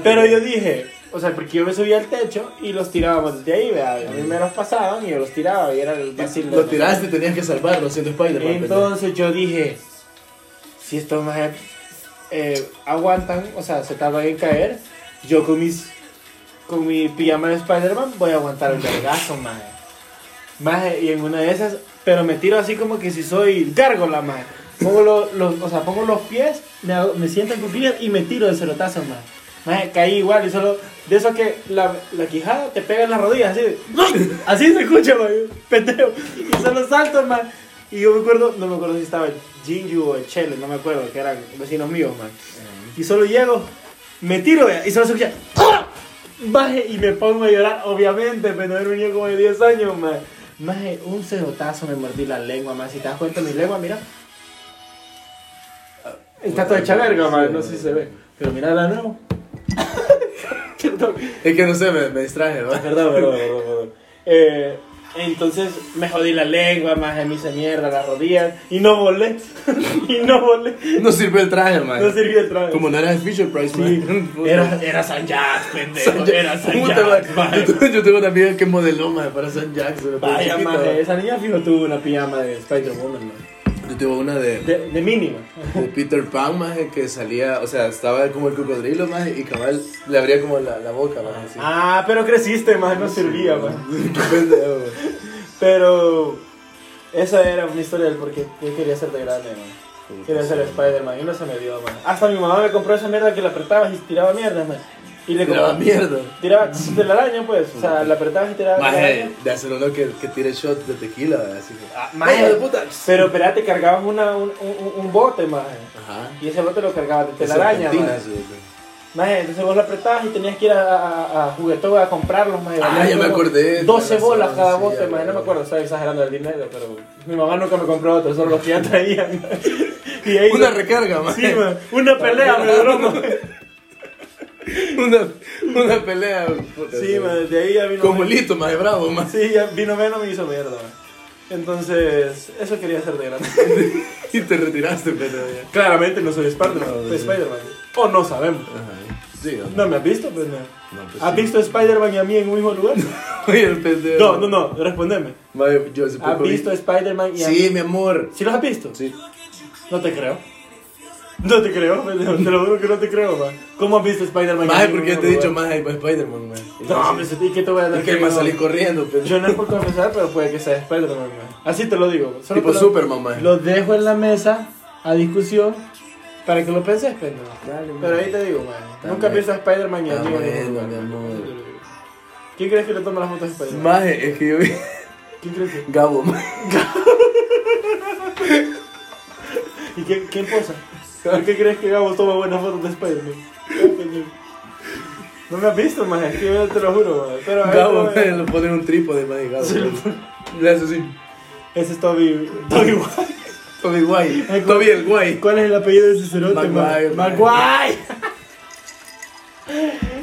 S1: Pero yo dije, o sea, porque yo me subía al techo y los tirábamos desde ahí, ¿verdad? A mí me los pasaban y yo los tiraba y era el vacil.
S2: Lo tiraste y tenías que salvarlo siendo Spider-Man. pues, pendejo.
S1: Entonces yo dije, si estos más aguantan, o sea, se tardan en caer, yo con mis con mi pijama de Spider-Man voy a aguantar el vergazo, maje. Maje, y en una de esas, pero me tiro así como que si soy gárgola, maje. Pongo los, los- o sea, pongo los pies, me, hago- me siento en cuclillas y me tiro de cerotazo, maje. Maje, caí igual y solo, de eso que la, la quijada te pega en las rodillas, así, así se escucha, maje, pendejo. Y solo salto, maje. Y yo me acuerdo, no me acuerdo si estaba el Jinju o el Chelo, no me acuerdo, que eran vecinos míos, maje. Y solo llego, me tiro vea, y solo se escucha ¡Ah! Maje, y me pongo a llorar, obviamente, pero era un niño como de 10 años, maje. Maje, un cerotazo me mordí la lengua, maje. Si te das cuenta, mi lengua, mira. Está toda hecha verga, maje. No sé si se ve. Pero mira la nuevo. [laughs] Perdón.
S2: Es que no sé, me, me distraje, ¿verdad?
S1: Perdón, perdón, perdón, perdón. Eh, entonces me jodí la lengua, maje, me hice mierda las rodillas. Y no volé. [laughs] y no volé.
S2: No sirvió el traje, man.
S1: No sirvió el traje.
S2: Como no era de Fisher Price,
S1: Sí,
S2: man. Puta.
S1: era, era San Jack, pendejo.
S2: [laughs] San
S1: Era
S2: Jack.
S1: San
S2: Puta,
S1: Jack,
S2: man.
S1: maje.
S2: Yo tuve- Yo tengo una amiga que modeló, man, para San Jack. se lo pongo
S1: Vaya,
S2: chiquito,
S1: maje,
S2: man.
S1: esa niña fijo tuvo una pijama de Spider-Woman, man.
S2: Yo tuve una de,
S1: De, de mínima.
S2: de Peter Pan, man, que salía, o sea, estaba como el cocodrilo, man, y cabal le abría como la, la boca, man, así.
S1: Ah, pero creciste, más no servía, man.
S2: [laughs] Qué pendejo, man.
S1: [laughs] Pero esa era una historia del por qué yo quería ser de grande, man. Quería ser Spider-Man y no se me dio, man. Hasta mi mamá me compró esa mierda que la apretabas y tiraba mierda, man. Y le
S2: Tiraba
S1: compraba
S2: mierda.
S1: Tiraba de la araña, pues. O sea, la apretabas y tiraba telaraña.
S2: Maje, de hacer uno que, que tire shot de tequila, man, así. que, Ah,
S1: Maje,
S2: hijo de puta.
S1: Pero espérate, cargabas una, un, un, un bote, maje.
S2: Ajá.
S1: Y ese bote lo cargabas de telaraña,
S2: Serpentinas,
S1: maje.
S2: sí, sí.
S1: Maje, entonces vos la apretabas y tenías que ir a, a, a Juguetón a comprarlos, maje.
S2: Ah,
S1: Valían
S2: ya me
S1: como
S2: acordé.
S1: 12 bolas cada
S2: Sí, ya
S1: bote,
S2: me
S1: maje. No me
S2: acordé.
S1: acuerdo, estaba exagerando el dinero, pero mi mamá nunca me compró otro, solo los que ya traían. [laughs] y ahí
S2: Una recarga, man.
S1: Sí, maje. Una pelea me duró, maje.
S2: una, [laughs] una pelea. puta,
S1: Sí, maje, de ahí ya vino.
S2: Como Lito, más bravo, más.
S1: Sí, ya vino menos me hizo mierda, maje. Entonces, eso quería hacer de
S2: [laughs]
S1: grande.
S2: [laughs] Y te retiraste, pero ya.
S1: Claramente no soy Spider-Man,
S2: No,
S1: soy
S2: sí.
S1: Spider-Man. O no sabemos.
S2: Ajá. Sí, o
S1: No me has visto, pues no.
S2: No, pues
S1: ¿Has
S2: sí.
S1: visto a Spider-Man y a mí en un mismo
S2: [laughs]
S1: lugar?
S2: Oye, el pendejo.
S1: No, no, no, respóndeme.
S2: Madre, yo hace
S1: ¿Has
S2: poco vi-
S1: visto a Spider-Man y a
S2: Sí, mi amor.
S1: ¿Sí los has visto?
S2: Sí.
S1: No te creo. No te creo, [laughs] pendejo, te lo juro que no te creo, man. ¿Cómo has visto a Spider-Man?
S2: Maje,
S1: en un
S2: porque yo te he
S1: mismo
S2: dicho
S1: lugar?
S2: más ahí para Spider-Man, man.
S1: No, hombre, ¿y qué te voy a dar?
S2: Es que me
S1: no?
S2: salí corriendo, pero.
S1: Yo no es por confesar, pero puede que sea Spider-Man, man. Así te lo digo. solo
S2: Tipo
S1: te lo-
S2: Superman, man.
S1: Lo dejo en la mesa a discusión para que lo penses, pendejo.
S2: Dale, man.
S1: Pero ahí te digo, man.
S2: Dale.
S1: Nunca pienso a Spider-Man y a
S2: Está
S1: mí en un
S2: bueno,
S1: lugar.
S2: mi amor.
S1: ¿Quién crees que le toma las fotos a Spider-Man?
S2: [laughs] Maje, es que yo vi.
S1: ¿Quién crees que?
S2: Gabo, man.
S1: ¿Y quién, quién posa? ¿Por qué crees que Gabo toma buenas fotos de Spider-Man? Qué pendejo. No me has visto, más, es que yo te lo juro, maje. Pero, a ver,
S2: Gabo,
S1: pero, eh,
S2: lo ponen un trípode, man, y Gabo.
S1: Sí.
S2: Le hace así.
S1: Ese es Toby. Toby White.
S2: Toby Guay.
S1: Ay,
S2: Toby el Guay.
S1: ¿Cuál es el apellido de ese cerote, maje?
S2: Maguire, maje.
S1: Maguire.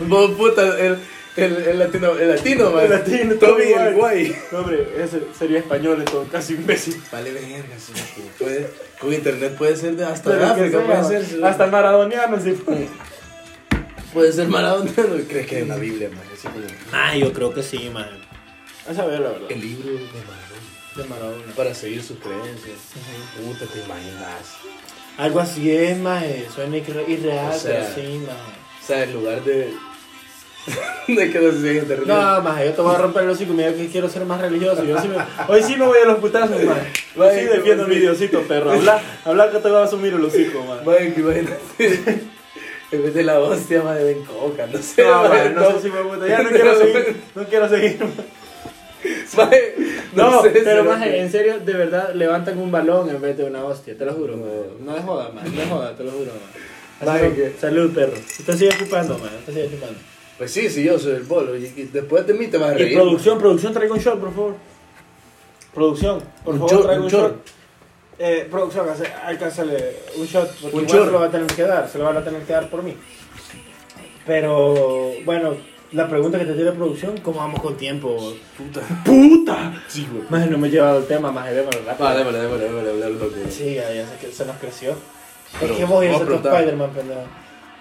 S2: Vos, puta, el, el, el latino, el latino, man.
S1: El latino,
S2: Toby
S1: Toby
S2: el Guay.
S1: No, hombre, ese sería español en todo caso, imbécil.
S2: Vale, verga, sí, que puede- Con internet puede ser de hasta de
S1: Pero que
S2: África,
S1: sea,
S2: puede
S1: maje.
S2: ser. sí.
S1: Hasta maradoniano, sí. pues.
S2: Puede ser Maradona, no crees que es la Biblia, man. Así como,
S4: Ah, yo creo que sí, man.
S1: A saber, la verdad.
S2: el libro de Maradona.
S1: De Maradona.
S2: Para seguir sus creencias. Puta, te imaginas.
S1: Algo así es, maje. Suena irre- irreal,
S2: O sea,
S1: pero sí, maje.
S2: O sea, en lugar de. [laughs] de que los siguen de
S1: No, maje, yo te voy a romper el hocico, mira que quiero ser más religioso. Yo sí me- hoy sí me voy a los putazos, maje. Hoy
S2: Vaya,
S1: sí
S2: qué
S1: defiendo mi
S2: bonito.
S1: diosito, perro. Habla, habla que te voy a asumir el hocico, maje.
S2: Madre, que imagínate. [laughs] En vez de la hostia, madre, ven coca, no sé.
S1: No,
S2: madre,
S1: man, no sé si me gusta. Ya no quiero
S2: [laughs]
S1: seguir. No quiero seguir. man.
S2: Madre,
S1: [laughs] No,
S2: sé,
S1: pero
S2: será
S1: más
S2: que-
S1: en serio, de verdad, levantan un balón en vez de una hostia. Te lo juro, man.
S2: No.
S1: No es joda, man. No es joda, te lo juro, man. Así
S2: Madre,
S1: no-
S2: que-
S1: Salud, perro. Usted sigue chupando, man. Usted sigue chupando.
S2: Pues sí, sí, yo soy el bolo. Y, y después de mí te vas a reír.
S1: Y producción, producción, traiga un shot, por favor. Producción, por
S2: Un
S1: favor,
S2: shot,
S1: traiga
S2: un
S1: un
S2: shot.
S1: shot. Eh, producción, alcá- alcánzale un shot. Porque
S2: Un
S1: igual
S2: shot.
S1: se lo va a tener que dar, se lo van a tener que dar por mí. Pero, bueno, la pregunta que te tiene producción, ¿cómo vamos con tiempo?
S2: Puta.
S1: ¡Puta!
S2: Sí, güey.
S1: Más no me he llevado el tema, más démoslo rápido.
S2: Vale, vale, vale, vale, vale, vale.
S1: Sí, ya, ya sé que se nos creció.
S2: Pero,
S1: es que vos eres
S2: vamos a
S1: tu
S2: preguntar.
S1: Spider-Man, pendejo.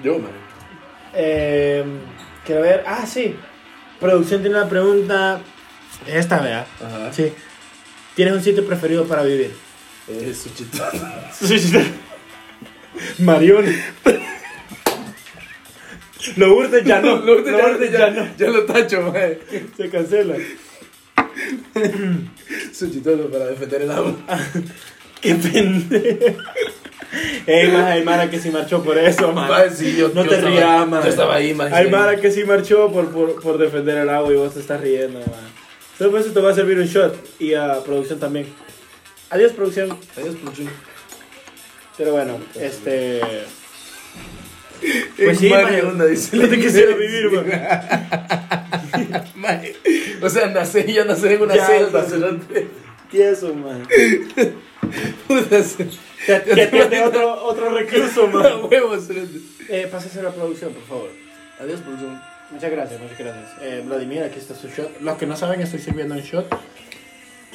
S2: Yo, madre.
S1: Eh, quiero ver. Ah, sí. Producción tiene una pregunta. Esta, ¿verdad?
S2: Ajá.
S1: Sí. ¿Tienes un sitio preferido para vivir?
S2: Es su chito.
S1: Sí, sí. Marión. Lo urte
S2: [laughs]
S1: ya [laughs] no.
S2: lo urte ya,
S1: urte
S2: ya, ya, lo tacho, madre.
S1: Se cancela.
S2: Su chito para defender el agua.
S1: Qué pendejo. Ey, más hay Mara que sí marchó por eso, man.
S2: Madre, sí, yo-
S1: no
S2: yo
S1: te
S2: estaba-
S1: rías, man.
S2: yo estaba ahí, man.
S1: Hay Mara que sí marchó por, por, por defender el agua y vos te estás riendo, man. Solo por eso te va a servir un shot y a producción también. Adiós, producción.
S2: Adiós, Puchu.
S1: Pero bueno, este. Pues sí,
S2: madre,
S1: man.
S2: onda, dice.
S1: No te quisiera vivir, man.
S2: [laughs] Madre. O sea, nací, yo nací en una
S1: Ya,
S2: celda,
S1: sí.
S2: cerote. [laughs]
S1: Tieso, man.
S2: Puta, ce-
S1: Ya [laughs] tiene otro, otro recluso,
S2: [laughs] a
S1: man.
S2: huevo, cerote.
S1: Eh, pásese la producción, por favor.
S2: Adiós, Puchu.
S1: Muchas gracias, muchas gracias. Eh, Vladimir, aquí está su shot. Los que no saben, estoy sirviendo un shot.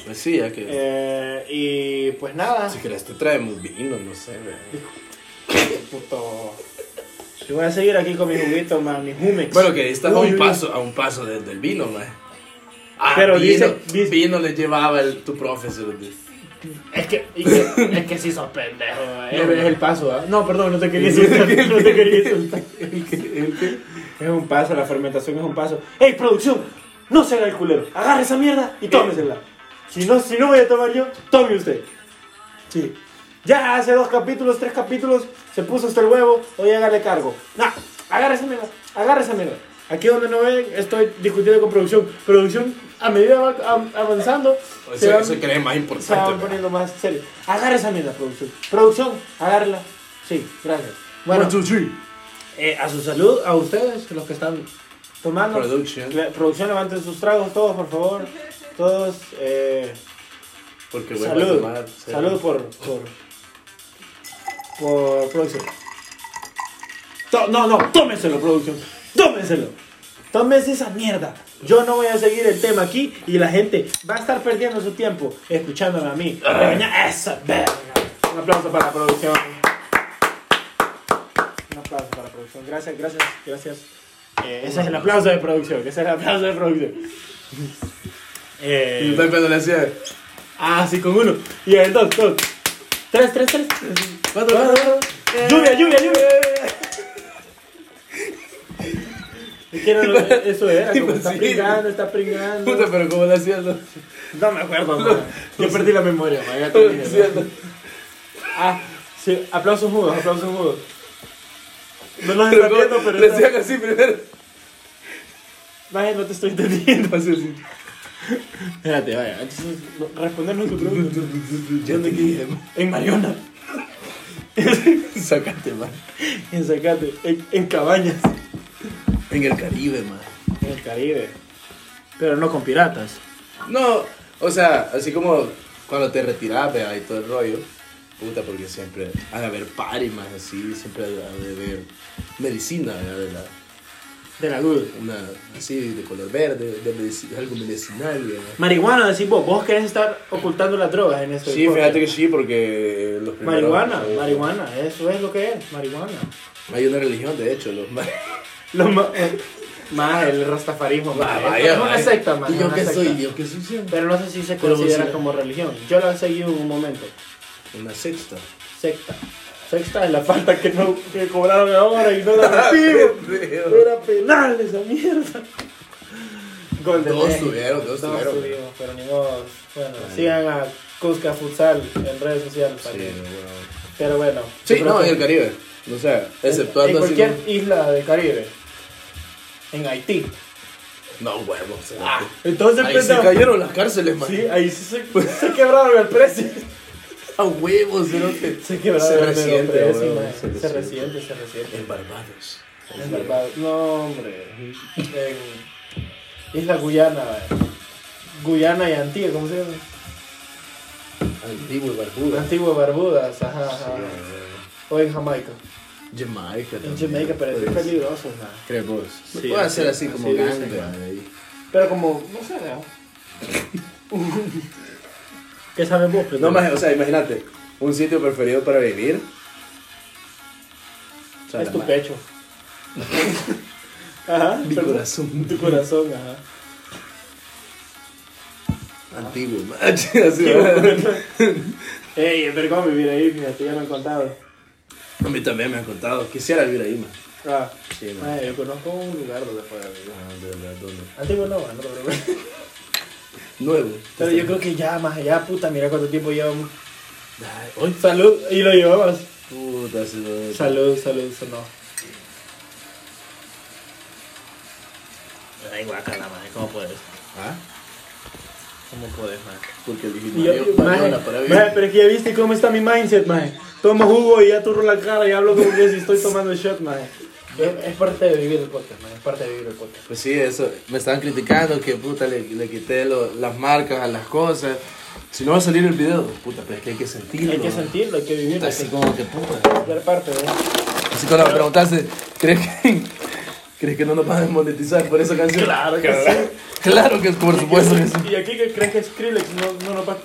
S2: Pues sí, ya que.
S1: Eh, y pues nada.
S2: Si querés, te traemos este vino, no sé,
S1: Pues
S2: güey.
S1: Puto. Yo voy a seguir aquí con mi juguito, man, mi humex.
S2: Bueno, que estás a
S1: Uy,
S2: un
S1: uy,
S2: paso, a un paso de- del vino, man. Ah,
S1: Pero
S2: vino,
S1: dice- dice-
S2: vino le llevaba el, tu profesor.
S4: Es que, y que- es que sí sos
S1: [laughs]
S4: pendejo.
S1: uy.
S4: man.
S1: Eh, es el paso, ¿ah? No, perdón, no te quería insultar. No te quería insultar. Es un paso, la fermentación es un paso. ¡Ey, producción! No se haga el culero. Agarre esa mierda y tómesela. Si no, si no voy a tomar yo, tome usted. Sí. Ya hace dos capítulos, tres capítulos, se puso hasta el huevo, hoy hágale cargo. No, agarra esa mierda, agarra esa mierda. Aquí donde no ven, estoy discutiendo con producción. Producción, a medida va av- avanzando, se
S2: Eso,
S1: va,
S2: eso cree más
S1: se va
S2: importante. man.
S1: poniendo más serio. Agarra esa mierda, producción. Producción, agárrala. Sí, gracias. Bueno,
S2: One, two, three.
S1: eh, a su salud, a ustedes, los que están tomando.
S2: Production.
S1: Le- producción, levanten sus tragos todos, por favor. Todos. Eh,
S2: Porque voy a
S1: salud.
S2: tomar. sí.
S1: Salud por. por. por producción. To- no, no, tómenselo, producción. Tómenselo. Tómense esa mierda. Yo no voy a seguir el tema aquí y la gente va a estar perdiendo su tiempo escuchándome a mí. Regañar esa verga. Un aplauso para la producción. Un aplauso para la producción. Gracias, gracias, gracias. Eh, ese es el aplauso de producción. Ese es el aplauso de producción. Eh,
S2: Y yo también le hacía.
S1: Ah, sí, con uno. Y el dos, dos. Tres, tres, tres.
S2: Cuatro, cuatro.
S1: Lluvia, lluvia, lluvia. [laughs] Es que no, no, eso era,
S2: Sí,
S1: como
S2: pues,
S1: está
S2: sí.
S1: pringando, está pringando.
S2: Puta, pero como le hacía. No,
S1: No me acuerdo, man. Yo perdí la memoria, man. ya te
S2: Lo
S1: dije,
S2: hacía,
S1: man.
S2: no.
S1: Ah, sí, aplausos mudos, aplausos mudos. No los
S2: Pero
S1: está
S2: como
S1: viendo, pero.
S2: le
S1: está-
S2: hacían así primero.
S1: Maje, no te estoy entendiendo.
S2: Así, así.
S1: Espérate, vaya. Entonces, no- respondernos tu [laughs] pregunta.
S2: Yo no dije.
S1: En Mariona.
S2: Sácate, man.
S1: En Zacate. En, en Cabañas.
S2: En el Caribe, man.
S1: En el Caribe. Pero no con piratas.
S2: No, o sea, así como cuando te retirabas vea, y todo el rollo. Puta, porque siempre ha de haber party más así, siempre ha de ha de haber medicina, vea, de la-
S1: De la duda.
S2: una así de color verde, de medici- algo medicinal. vea.
S1: Marihuana, decís vos. Vos querés estar ocultando las drogas en este
S2: Sí, fíjate que sí, porque los primeros-
S1: Marihuana,
S2: eh,
S1: marihuana. Eso es lo que es, marihuana.
S2: Hay una religión, de hecho,
S1: [laughs]
S2: los ma-
S1: Lo ma- eh, más el rastafarismo. ma, es
S2: vaya,
S1: una
S2: vaya.
S1: secta, más.
S2: ¿Y yo qué soy? ¿Yo qué soy?
S1: Ah, Pero no sé si se
S2: Pero
S1: considera
S2: sí.
S1: como religión. Yo la he seguido en un momento.
S2: Una sexta.
S1: Secta. Secta es la falta que no que cobraron ahora y
S2: [laughs]
S1: no la recibo. Era penal esa mierda. Gol de
S2: Dos
S1: México.
S2: tuvieron, dos tuvieron.
S1: tuvimos, pero ni modo. Bueno, sigan a Cusca Futsal en redes sociales. para
S2: Sí,
S1: que-
S2: bueno.
S1: Pero bueno.
S2: Sí,
S1: yo creo
S2: no,
S1: que
S2: en el Caribe. No sé,
S1: En
S2: exceptuando así.
S1: cualquier isla del Caribe. En Haití.
S2: No, huevos.
S1: Entonces,
S2: Ahí se
S1: pendejo,
S2: cayeron las cárceles, man.
S1: Ah. Sí, ahí sí se, se quebraron el precio. [laughs]
S2: A huevos, cerote.
S1: Se quebraron
S2: Se
S1: el
S2: resiente,
S1: precio,
S2: huevón,
S1: man.
S2: se
S1: Se
S2: resiente.
S1: resiente, se resiente.
S2: En Barbados.
S1: En Barbados. No, hombre. En Isla Guyana, eh. Guyana y Antigua, ¿cómo se llama?
S2: Antiguo y Barbuda.
S1: Antigua y Barbudas, ajá, ajá.
S2: eh.
S1: O en Jamaica.
S2: Jamaica
S1: En
S2: también.
S1: Jamaica, pero es
S2: Puede ser.
S1: peligroso, man.
S2: Creo vos. Se
S1: Sí,
S2: puede
S1: así,
S2: hacer así
S1: así
S2: como
S1: dicen,
S2: grande,
S1: man.
S2: ahí.
S1: Pero como, no sé, ¿no? ¿Qué sabes vos? Pues
S2: No, más, o sea, imagínate. Un sitio preferido para vivir.
S1: Es tu
S2: Salamanca.
S1: pecho. [laughs] ajá.
S2: Mi
S1: pero-
S2: corazón.
S1: Tu corazón, ajá.
S2: Antiguo, man. [laughs] Así, man.
S1: Ey, es vergón vivir ahí, fíjate, ya me han contado.
S2: A mí también me han contado. Quisiera vivir ahí, man.
S1: Ah,
S2: Sí, man.
S1: madre, yo conozco un lugar donde pueda vivir.
S2: Ah, de verdad, ¿dónde?
S1: Antiguo no, man, no te
S2: [laughs]
S1: preocupes.
S2: Nuevo.
S1: Pero yo creo que ya, más allá, puta, mira cuánto tiempo llevamos.
S2: Ay, Hoy
S1: Salud, y lo llevamos.
S2: puta, cerote.
S1: Salud, salud, sonó.
S4: Ay, guacala, madre, ¿cómo puedes?
S2: ¿Ah?
S4: ¿Cómo puedes, madre?
S2: Porque el
S1: Y yo, eh,
S2: originario
S1: maje,
S2: Barcelona para
S1: maje,
S2: vivir.
S1: pero es que ya viste cómo está mi mindset, maje. Tomo jugo y ya turro la cara y hablo como que si estoy tomando shot, maje. Es, es parte de vivir el podcast, maje, es parte de vivir el podcast.
S2: Pues sí, eso. Me estaban criticando que puta le, le quité lo- las marcas a las cosas. Si no va a salir el video, puta, pero es que hay que sentirlo.
S1: Hay que sentirlo, hay que vivirlo,
S2: Puta,
S1: hay
S2: Así
S1: que
S2: como que puta.
S1: ser parte, ¿eh?
S2: [laughs] Así cuando me preguntaste, ¿crees que, [laughs] ¿crees que no nos van a desmonetizar por esa canción?
S1: Claro que sí.
S2: Claro que por supuesto que sí.
S1: Y aquí que crees que Skrillex no, no nos va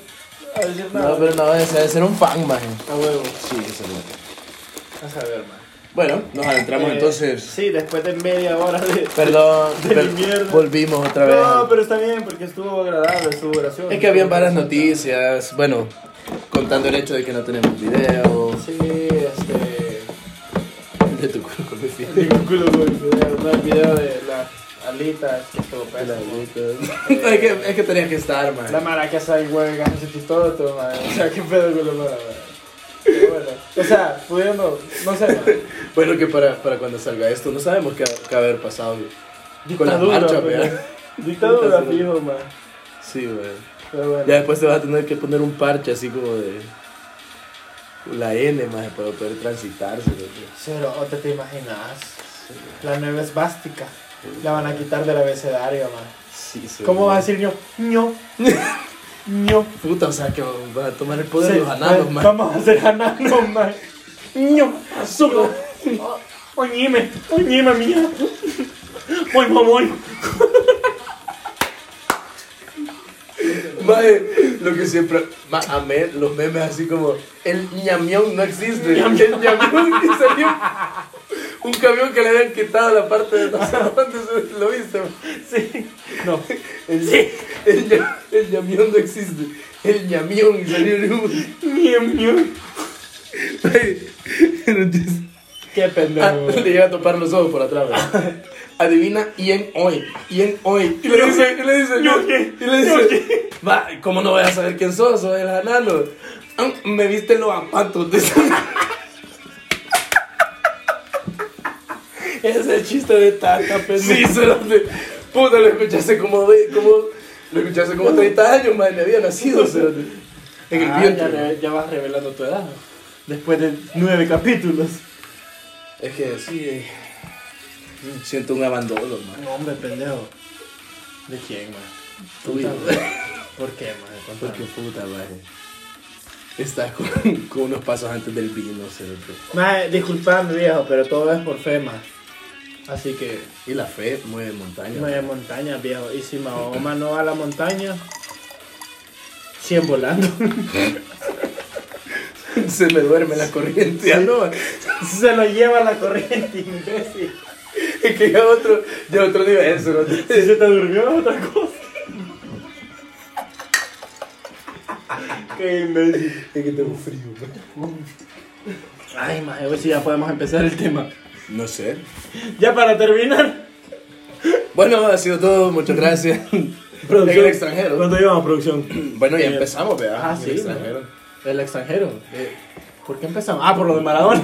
S1: a decir nada.
S2: No, pero no, ese debe ser un fan, maje.
S1: A huevo,
S2: Sí, eso es lo que-
S1: a saber, maje.
S2: Bueno, nos adentramos
S1: Eh,
S2: entonces.
S1: Sí, después de media hora de...
S2: [laughs] Perdón,
S1: de
S2: per-
S1: mi mierda.
S2: volvimos otra vez.
S1: No, pero está bien, porque estuvo agradable, estuvo gracioso.
S2: Es que habían varias noticias, bueno, contando el hecho de que no tenemos video,
S1: Sí, este...
S2: [laughs] de tu culo con mi fiel.
S1: [laughs] Ningún culo con el video, no, el video de la alita que estuvo
S2: La
S1: pésimo.
S2: neta. [laughs] es, que, es que tenías que estar, man.
S1: La mara que hace ahí huelga, no sé qué todo, todo, madre. O sea, qué pedo con la mara, madre. Pero bueno, o sea, pudiendo, no sé,
S2: [laughs]
S1: madre.
S2: Bueno, que para, para cuando salga esto, no sabemos qué, qué haber pasado con la
S1: Dictadura,
S2: marcha,
S1: pues.
S2: man.
S1: [laughs] Dictadura fijo, madre.
S2: Sí, man.
S1: Pero bueno.
S2: Ya después te vas a tener que poner un parche así como de la N, man, para poder transitarse. ¿no?
S1: Cero, o te, te imaginas. La nueva es bástica. La van a quitar del abecedario, madre.
S2: Sí, sí,
S1: ¿Cómo
S2: man.
S1: vas a decir ño?
S2: [laughs]
S1: ño? ño.
S2: Puta, o sea, que van a tomar el poder
S1: Sí,
S2: de los ananos,
S1: eh,
S2: man.
S1: Vamos a hacer ananos, man. ño, solo. Oñime, oñime, mía. Voy, mamón.
S2: Mae, lo que siempre. Ma, amé los memes así como. El ñamión no existe. El ñamión que salió. Un camión que le habían quitado la parte de no sé dónde se- lo viste. ma?
S1: Sí. No.
S2: El, el, ña- el ñamión no existe. El ñamión y salió un. [laughs]
S1: Ño, ño.
S2: Mae, era un chiste.
S1: Qué
S2: Ah,
S1: pendejo.
S2: le llega a topar los ojos por atrás. ma. [laughs] Adivina en hoy. en hoy. Y le dice. Y le dice.
S1: Yo qué,
S2: Y le
S1: yo
S2: dice. Va, ¿cómo no voy a saber quién sos? Soy el anano. Ah, Me viste los zapatos de [laughs]
S1: Ese es el chiste de Tata, pendejo.
S2: Sí, se lo Puta, lo escuché hace como, ve- como Lo escuché hace como 30 años, madre, ni había nacido, cerote. En el
S1: Ah, ya,
S2: vientre.
S1: re- ya vas revelando tu edad. Después de nueve capítulos.
S2: Es que sí. eh, Siento un abandono, man.
S1: No, hombre, pendejo. ¿De quién, man?
S2: Tuyo.
S1: ¿Por qué, man? Contame.
S2: Porque puta, man. Estás con, con unos pasos antes del vino, cerote.
S1: Mae, disculpadme, viejo, pero todo es por fe, mae. Así que,
S2: Y la fe mueve [laughs] montaña.
S1: no hay montaña, viejo. Y si Mahoma no va a la montaña, 100 volando. [laughs]
S2: Se me duerme la corriente. ya no, man.
S1: Se lo lleva la corriente, imbécil.
S2: Es que ya otro, ya otro nivel, cerote.
S1: Si se te durmió otra cosa. Qué imbécil.
S2: Es que tengo frío, man.
S1: Ay, mae, hoy sí ya podemos empezar el tema.
S2: No sé.
S1: Ya para terminar.
S2: Bueno, ha sido todo. Muchas [laughs] gracias. En el extranjero.
S1: ¿Cuánto llevamos producción?
S2: Bueno, ya empezamos, ¿verdad?
S1: Ah,
S2: En el
S1: sí.
S2: extranjero.
S1: El extranjero. Eh, ¿Por qué empezamos? Ah, por lo de Maradona.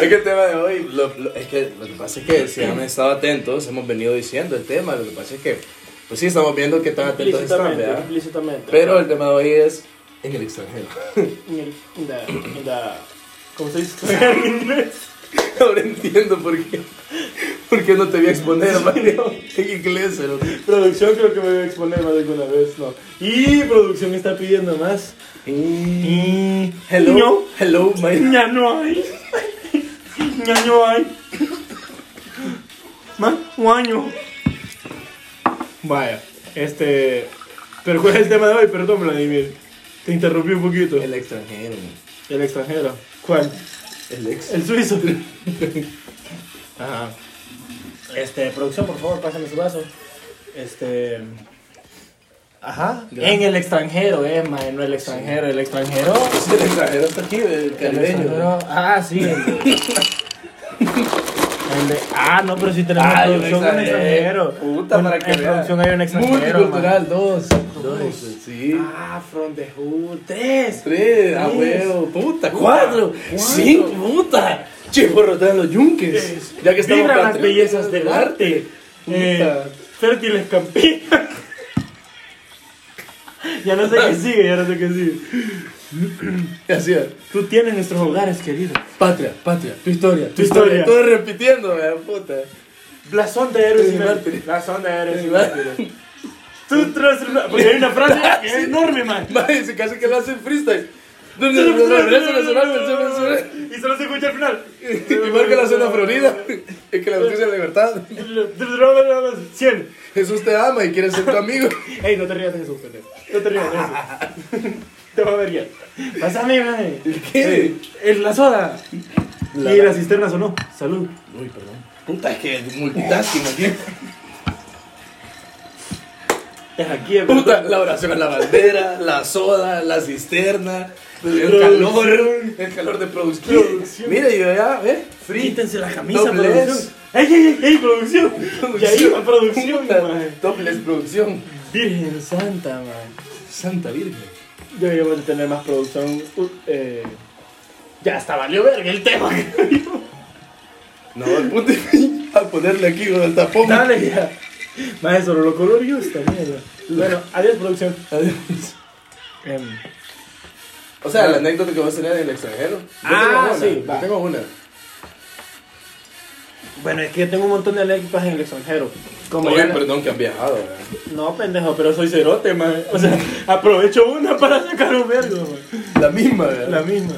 S2: Es que el tema de hoy, lo, lo- es que lo que pasa es que si han estado atentos, hemos venido diciendo el tema, lo que pasa es que, pues sí, estamos viendo que tan atentos están,
S1: Explícitamente,
S2: ¿verdad?
S1: explícitamente.
S2: Pero el tema de hoy es en el extranjero.
S1: En el- en la- en la- ¿Cómo se dice? [laughs] En inglés.
S2: [laughs] Ahora entiendo por qué, por qué no te voy a exponer, Mario, [laughs] en inglés. pero-
S1: Producción creo que me voy a exponer más de alguna vez, no. Y producción está pidiendo más. Y...
S2: Hello, hello,
S1: No,
S2: my...
S1: ya no hay. [laughs] Ya no hay. Más un año. Vaya, este... Pero ¿cuál es el tema de hoy? Perdón, Vladimir. Te interrumpí un poquito.
S2: El extranjero,
S1: El extranjero. ¿Cuál?
S2: el ex.
S1: El suizo. [laughs] Ajá. Este, producción, por favor, pásame su vaso. Este. Ajá.
S2: Gracias.
S1: En el extranjero, eh, mae, no el extranjero, el extranjero.
S2: El extranjero está aquí, el
S1: El
S2: caribeño.
S1: extranjero. Ah, sí. el de- el de- ah, no, pero si tenemos
S2: Ah, el
S1: producción un extranjero.
S2: Puta,
S1: Un-
S2: para que
S1: en
S2: veas.
S1: producción hay un extranjero. mae.
S2: Multicultural, dos. Dos, sí.
S1: Ah, From the Hood. Tres.
S2: Tres, a
S1: Tres.
S2: huevo, puta,
S1: Cuatro.
S2: cuatro, cinco, puta. Chiporrotean los yunques. [laughs] Ya que estamos
S1: Vibran
S2: para
S1: las bellezas del arte. Eh,
S2: Puta.
S1: fértiles campinas. [laughs] ya no sé
S2: [laughs]
S1: qué sigue, ya no sé qué sigue.
S2: Así es.
S1: Tú tienes nuestros hogares, querido.
S2: Patria, patria, tu historia,
S1: Tu historia.
S2: Todo repitiendo, weón, puta.
S1: Blasón de héroes y
S2: Sí,
S1: mártires.
S2: mártires.
S1: Blasón de héroes y
S2: Sí,
S1: mártires. Tú tras... Porque hay una
S2: [laughs]
S1: frase que es enorme, man.
S2: Madre, se casi que lo hacen freestyle. Y marca
S1: Y solo se escucha al
S2: [laughs]
S1: final.
S2: la zona florida. Es que la justicia es la libertad.
S1: 100.
S2: Jesús te ama y quiere ser tu amigo.
S1: Ey, no te rías de Jesús, pendejo. No te rías de
S2: [laughs]
S1: Jesús. te va a ver bien. Pásame, man.
S2: ¿Qué?
S1: En la soda.
S2: La-
S1: y la cisterna sonó. Salud.
S2: Uy, perdón. Puta, es que multitasking aquí.
S1: Es aquí, es
S2: Puta, la oración a la bandera, la soda, la cisterna, el
S1: Producción.
S2: calor, el calor de producción.
S1: Producción.
S2: Mira, yo ya, ¿eh?
S1: [laughs]
S2: Free.
S1: Quítense la camisa,
S2: Doblez.
S1: producción. ¡Ey, ey, ey, ey, producción! Y ahí va producción,
S2: Puta,
S1: man.
S2: Dobles producción.
S1: Virgen Santa, man.
S2: Santa Virgen.
S1: Deberíamos de tener más producción. uh, eh. Ya hasta valió verga el tema. creo.
S2: No, el punto es a ponerle aquí con el tapón.
S1: [laughs] Dale ya. Maestro, lo colorio está mierda. Bueno, adiós, producción.
S2: Adiós.
S1: Em,
S2: O sea, la anécdota que vas a tener en el extranjero. Yo
S1: Ah,
S2: tengo una,
S1: sí,
S2: yo
S1: va.
S2: tengo una.
S1: bueno, es que yo tengo un montón de anécdotas en el extranjero. Como
S2: Oye,
S1: ya-
S2: perdón que han viajado. ¿verdad?
S1: No, pendejo, pero soy cerote, man. O sea, aprovecho una para sacar un vergo, man.
S2: La misma, ¿verdad?
S1: La misma.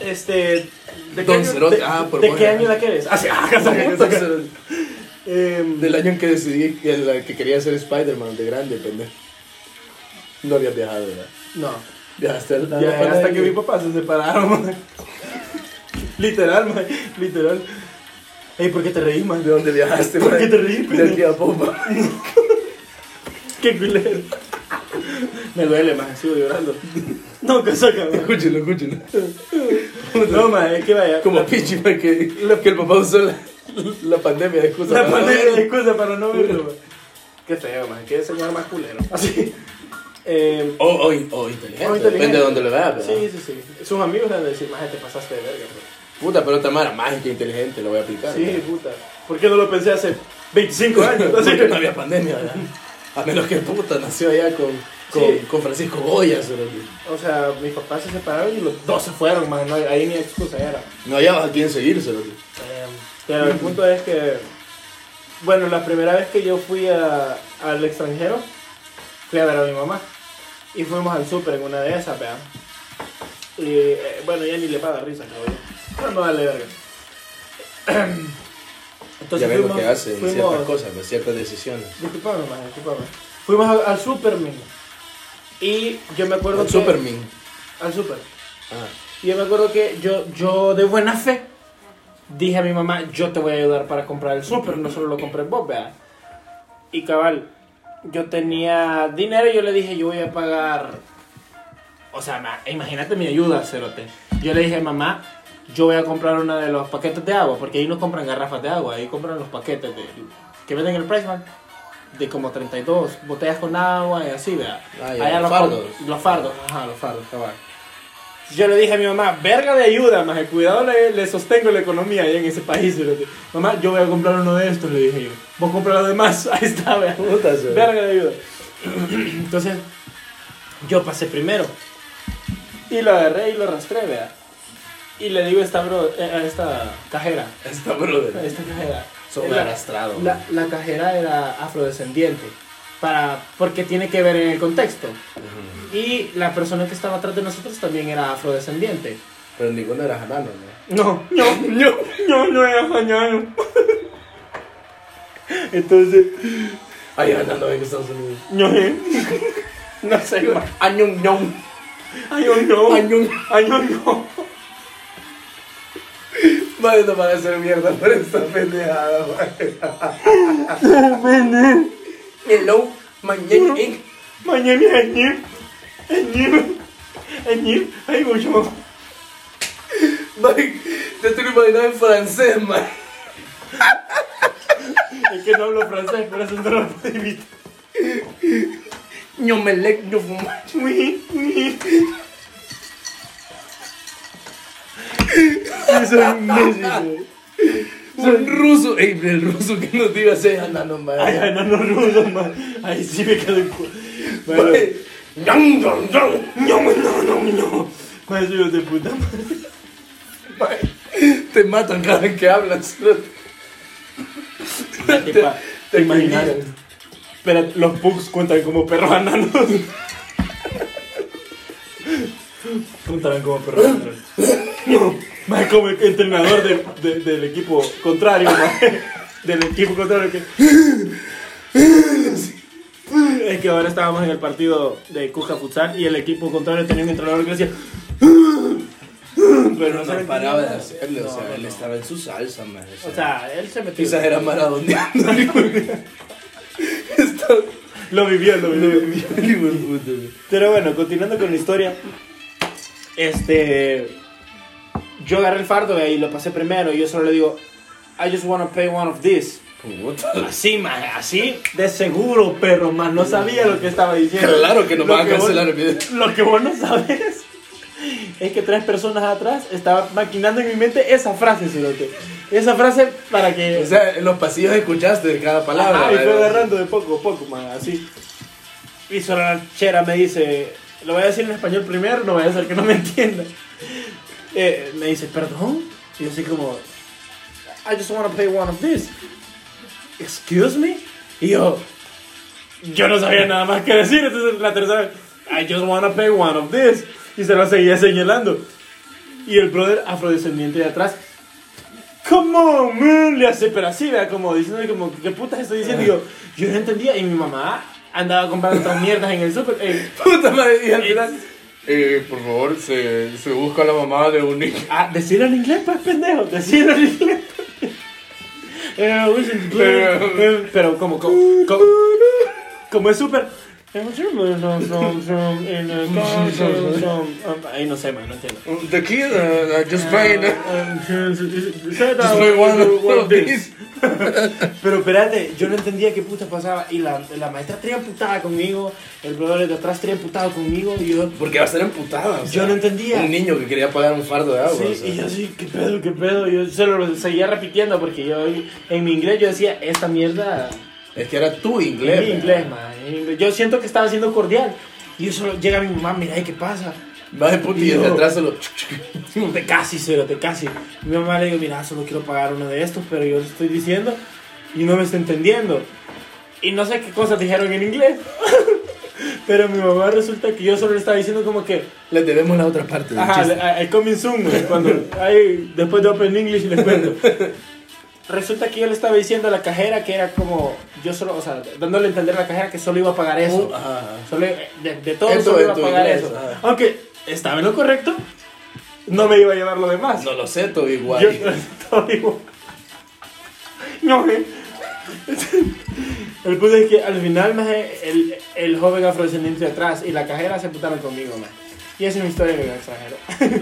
S1: Este. ¿De
S2: Don
S1: qué año,
S2: Cerote,
S1: de,
S2: ah, por
S1: ¿de
S2: favor.
S1: qué año [laughs] la quieres? Ah, sí, ah, saca,
S2: [laughs] Puta,
S1: saca.
S2: ser-
S1: Em,
S2: Del año en que decidí que, la que quería ser Spider-Man de grande, pendejo. No había viajado, ¿verdad?
S1: No.
S2: Ya hasta,
S1: La
S2: ya
S1: verdad
S2: hasta
S1: es
S2: que
S1: que-
S2: mi papá se separaron, man.
S1: Literal, man. Literal. Ey, ¿por qué te reís, man?
S2: ¿De dónde viajaste,
S1: ¿Por
S2: man?
S1: qué te reís,
S2: De
S1: pendejo?
S2: aquí a Popa.
S1: Qué culero. Me duele, man. Sigo llorando. No, que saca, man.
S2: Escúchenlo, escúchenlo.
S1: No, man, es que vaya.
S2: Como
S1: la,
S2: Pichi, man, que, que el papá usó la, la pandemia de excusa.
S1: la
S2: para
S1: pandemia es
S2: ver.
S1: excusa para no verlo, man. Qué feo, man. Qué señor más culero. Así. Em,
S2: O, o, in- o inteligente,
S1: O inteligente.
S2: depende de dónde lo veas, ¿verdad?
S1: Sí, sí, sí. Sus amigos le van a decir, más te pasaste de verga, bro".
S2: Puta, pero Tamara, mágica e inteligente, lo voy a aplicar.
S1: [laughs] Sí,
S2: ¿verdad?
S1: puta. ¿Por qué no lo pensé hace 25 años?
S2: [laughs] Porque no había pandemia, ¿verdad? A menos que puta nació allá con, con,
S1: Sí.
S2: con Francisco Goya. cerote.
S1: O sea, mis papás se separaron y los dos se fueron, más no, ahí ni excusa era.
S2: No hallabas a quién seguir. cerote.
S1: Eh, pero el punto es que, bueno, la primera vez que yo fui a- al extranjero, fui a ver a mi mamá. Y fuimos al súper en una de esas, vea. Y eh, bueno, ya ni le paga risa, creo yo. Pero no vale verga. [clears throat]
S2: ya
S1: Entonces
S2: ves lo
S1: fuimos,
S2: que hacen, ciertas
S1: fuimos,
S2: cosas, pues, ciertas decisiones.
S1: disculpame, maje, disculpame. Fuimos al, al súper, mijo. Y yo me acuerdo
S2: Con
S1: que...
S2: Superman.
S1: Al súper. [laughs]
S2: Ah.
S1: Y yo me acuerdo que yo, yo de buena fe dije a mi mamá, yo te voy a ayudar para comprar el súper, no solo lo compré vos, vea. Y cabal, yo tenía dinero y yo le dije, yo voy a pagar... O sea, ma- imagínate mi ayuda, Cerote. Yo le dije, mamá, yo voy a comprar uno de los paquetes de agua, porque ahí no compran garrafas de agua, ahí compran los paquetes de, que venden en el Price Mart, de como 32 botellas con agua y así, vea.
S2: Ah, ya,
S1: Allá
S2: los
S1: co-
S2: fardos.
S1: Los fardos, ajá, los fardos, cabal. Yo le dije a mi mamá, verga de ayuda, más cuidado le, le sostengo la economía ahí en ese país. le dije. Mamá, yo voy a comprar uno de estos, le dije yo. Vos comprar lo demás, [laughs] ahí está, vea.
S2: Puta, se-
S1: Verga de ayuda. [clears throat] Entonces, yo pasé primero. Y lo agarré y lo arrastré, vea. Y le digo a esta, bro, eh, a esta cajera.
S2: Está
S1: a
S2: brother.
S1: Esta cajera.
S2: Son
S1: Este La-
S2: arrastrado.
S1: la, la cajera era afrodescendiente. Para, porque tiene que ver en el contexto. Y la persona que estaba atrás de nosotros también era afrodescendiente.
S2: Pero ninguno era janano, ¿no?
S1: No, no, no, no, no era jañano. Entonces,
S2: Hay janano en Estados Unidos.
S1: no, eh, no sé más.
S2: Añón, ñón.
S1: Ay, oh, no.
S2: Añón.
S1: Ay, oh, no.
S2: Madre, no van a hacer mierda por esta pendejada, madre. Hello, eh. my name is-
S1: Mañana es Añil. Añil. Añil. Ay, voy yo.
S2: Madre, Yo te lo imaginaba en francés, madre.
S1: Es que no hablo francés, pero eso no lo puedo evitar.
S2: Yo me le yo fumo.
S1: Oui, oui. Sí, soy un imbécil.
S2: Un ruso. Ey, el ruso que nos diga ese janano,
S1: Ay,
S2: madre.
S1: ay, no, no rudo, man. Ahí sí me quedo en cu... Bueno,
S2: Madre, ñón, ñón, ñón.
S1: no, no, no, no. Madre, soy de puta madre.
S2: Mae, Te matan cada vez que hablas.
S1: Te, te imaginas. Pero los pugs cuentan como perros ananos. Contarán como perros ananos. No, [laughs] más como el entrenador de- de- del equipo contrario, [laughs] mae. Del equipo contrario que. [laughs] Es que ahora estábamos en el partido de Cuja Futsal y el equipo contrario tenía un entrenador que decía. [laughs] Pero
S2: No,
S1: se
S2: no
S1: le
S2: paraba de
S1: entendía.
S2: hacerlo, o sea,
S1: No,
S2: él
S1: no.
S2: estaba en su salsa, man. O sea,
S1: O sea, él se metió.
S2: quizás
S1: [laughs]
S2: era maradoneando. Estaba
S1: Lo vivió, lo vivió.
S2: bien, hijo de puta, güey.
S1: Pero bueno, continuando con la historia. Este. Yo agarré el fardo vea, y lo pasé primero. Y yo solo le digo, I just wanna pay one of these.
S2: Puta.
S1: Así, man, así. De seguro, perro, man. No sabía lo que estaba diciendo.
S2: Claro que nos
S1: Lo
S2: van a
S1: vos-
S2: cancelar el video.
S1: Lo que vos no sabes es que tres personas atrás estaban maquinando en mi mente esa frase, cerote. Esa frase para que.
S2: O sea, en los pasillos escuchaste de cada palabra.
S1: Ajá, y fue
S2: ¿verdad?
S1: agarrando de poco a poco, man, así. Y solo la chera me dice, lo voy a decir en español primero, no voy a hacer que no me entienda. Eh, me dice, perdón. Y yo así como, I just want to play one of these. Excuse me. Y yo, yo no sabía nada más que decir. Entonces la tercera, vez, I just want to play one of these. Y se lo seguía señalando. Y el brother afrodescendiente de atrás, Come on, man, le hace, pero así, vea, como diciendo, como, ¿qué putas estoy diciendo? Y yo, yo no entendía, y mi mamá andaba comprando otras mierdas en el súper. eh,
S2: Puta madre, y al
S1: Y-
S2: final. Eh, por favor, se, se busca la mamá de un niño.
S1: ah, decirlo en inglés, pues, pendejo, decirlo en inglés. [laughs] Eh, we should do it. Eh, pero como, como, como, como es súper... eh, Ahí no sé, man, no entiendo.
S2: The kid, uh, uh, just playing. uh,
S1: Just
S2: Just play one of these.
S1: Pero espérate, yo no entendía qué puta pasaba. Y la, la maestra tenía putada conmigo, el brother de atrás tenía putado conmigo. Y yo,
S2: Porque va a estar emputada. o sea,
S1: Yo no entendía.
S2: Un niño que quería pagar un fardo de agua.
S1: sí,
S2: o sea.
S1: y yo sí, qué pedo, qué pedo. Yo se lo seguía repitiendo porque yo en mi inglés yo decía, esta mierda
S2: Es que era tu inglés.
S1: En
S2: ¿verdad?
S1: inglés, ma, en inglés. Yo siento que estaba siendo cordial. Y yo solo llega mi mamá, mira, ¿y qué pasa?
S2: Va de puto y desde
S1: Yo.
S2: atrás solo.
S1: De casi, cero, de casi. Mi mamá le digo, mira, solo quiero pagar uno de estos, pero yo le estoy diciendo y no me está entendiendo. Y no sé qué cosas dijeron en inglés. [laughs] pero mi mamá resulta que yo solo le estaba diciendo como que,
S2: Les debemos la otra parte. del
S1: ajá,
S2: chiste.
S1: I, I coming soon, güey, cuando, ahí, después de Open English les cuento. Resulta que yo le estaba diciendo a la cajera que era como, yo solo, o sea, dándole a entender a la cajera que solo iba a pagar eso.
S2: Uh, ajá.
S1: Solo, de, de todo
S2: Eso
S1: solo
S2: de
S1: iba a
S2: tu
S1: pagar
S2: inglés,
S1: eso.
S2: ajá.
S1: Aunque estaba en lo correcto, no me iba a llevar lo demás.
S2: No lo sé, todo igual.
S1: Yo [laughs] todo digo. No, eh. [laughs] El punto es que al final, maje, el, el joven afrodescendiente de atrás y la cajera se putaron conmigo, maje. Y esa es mi historia de extranjero.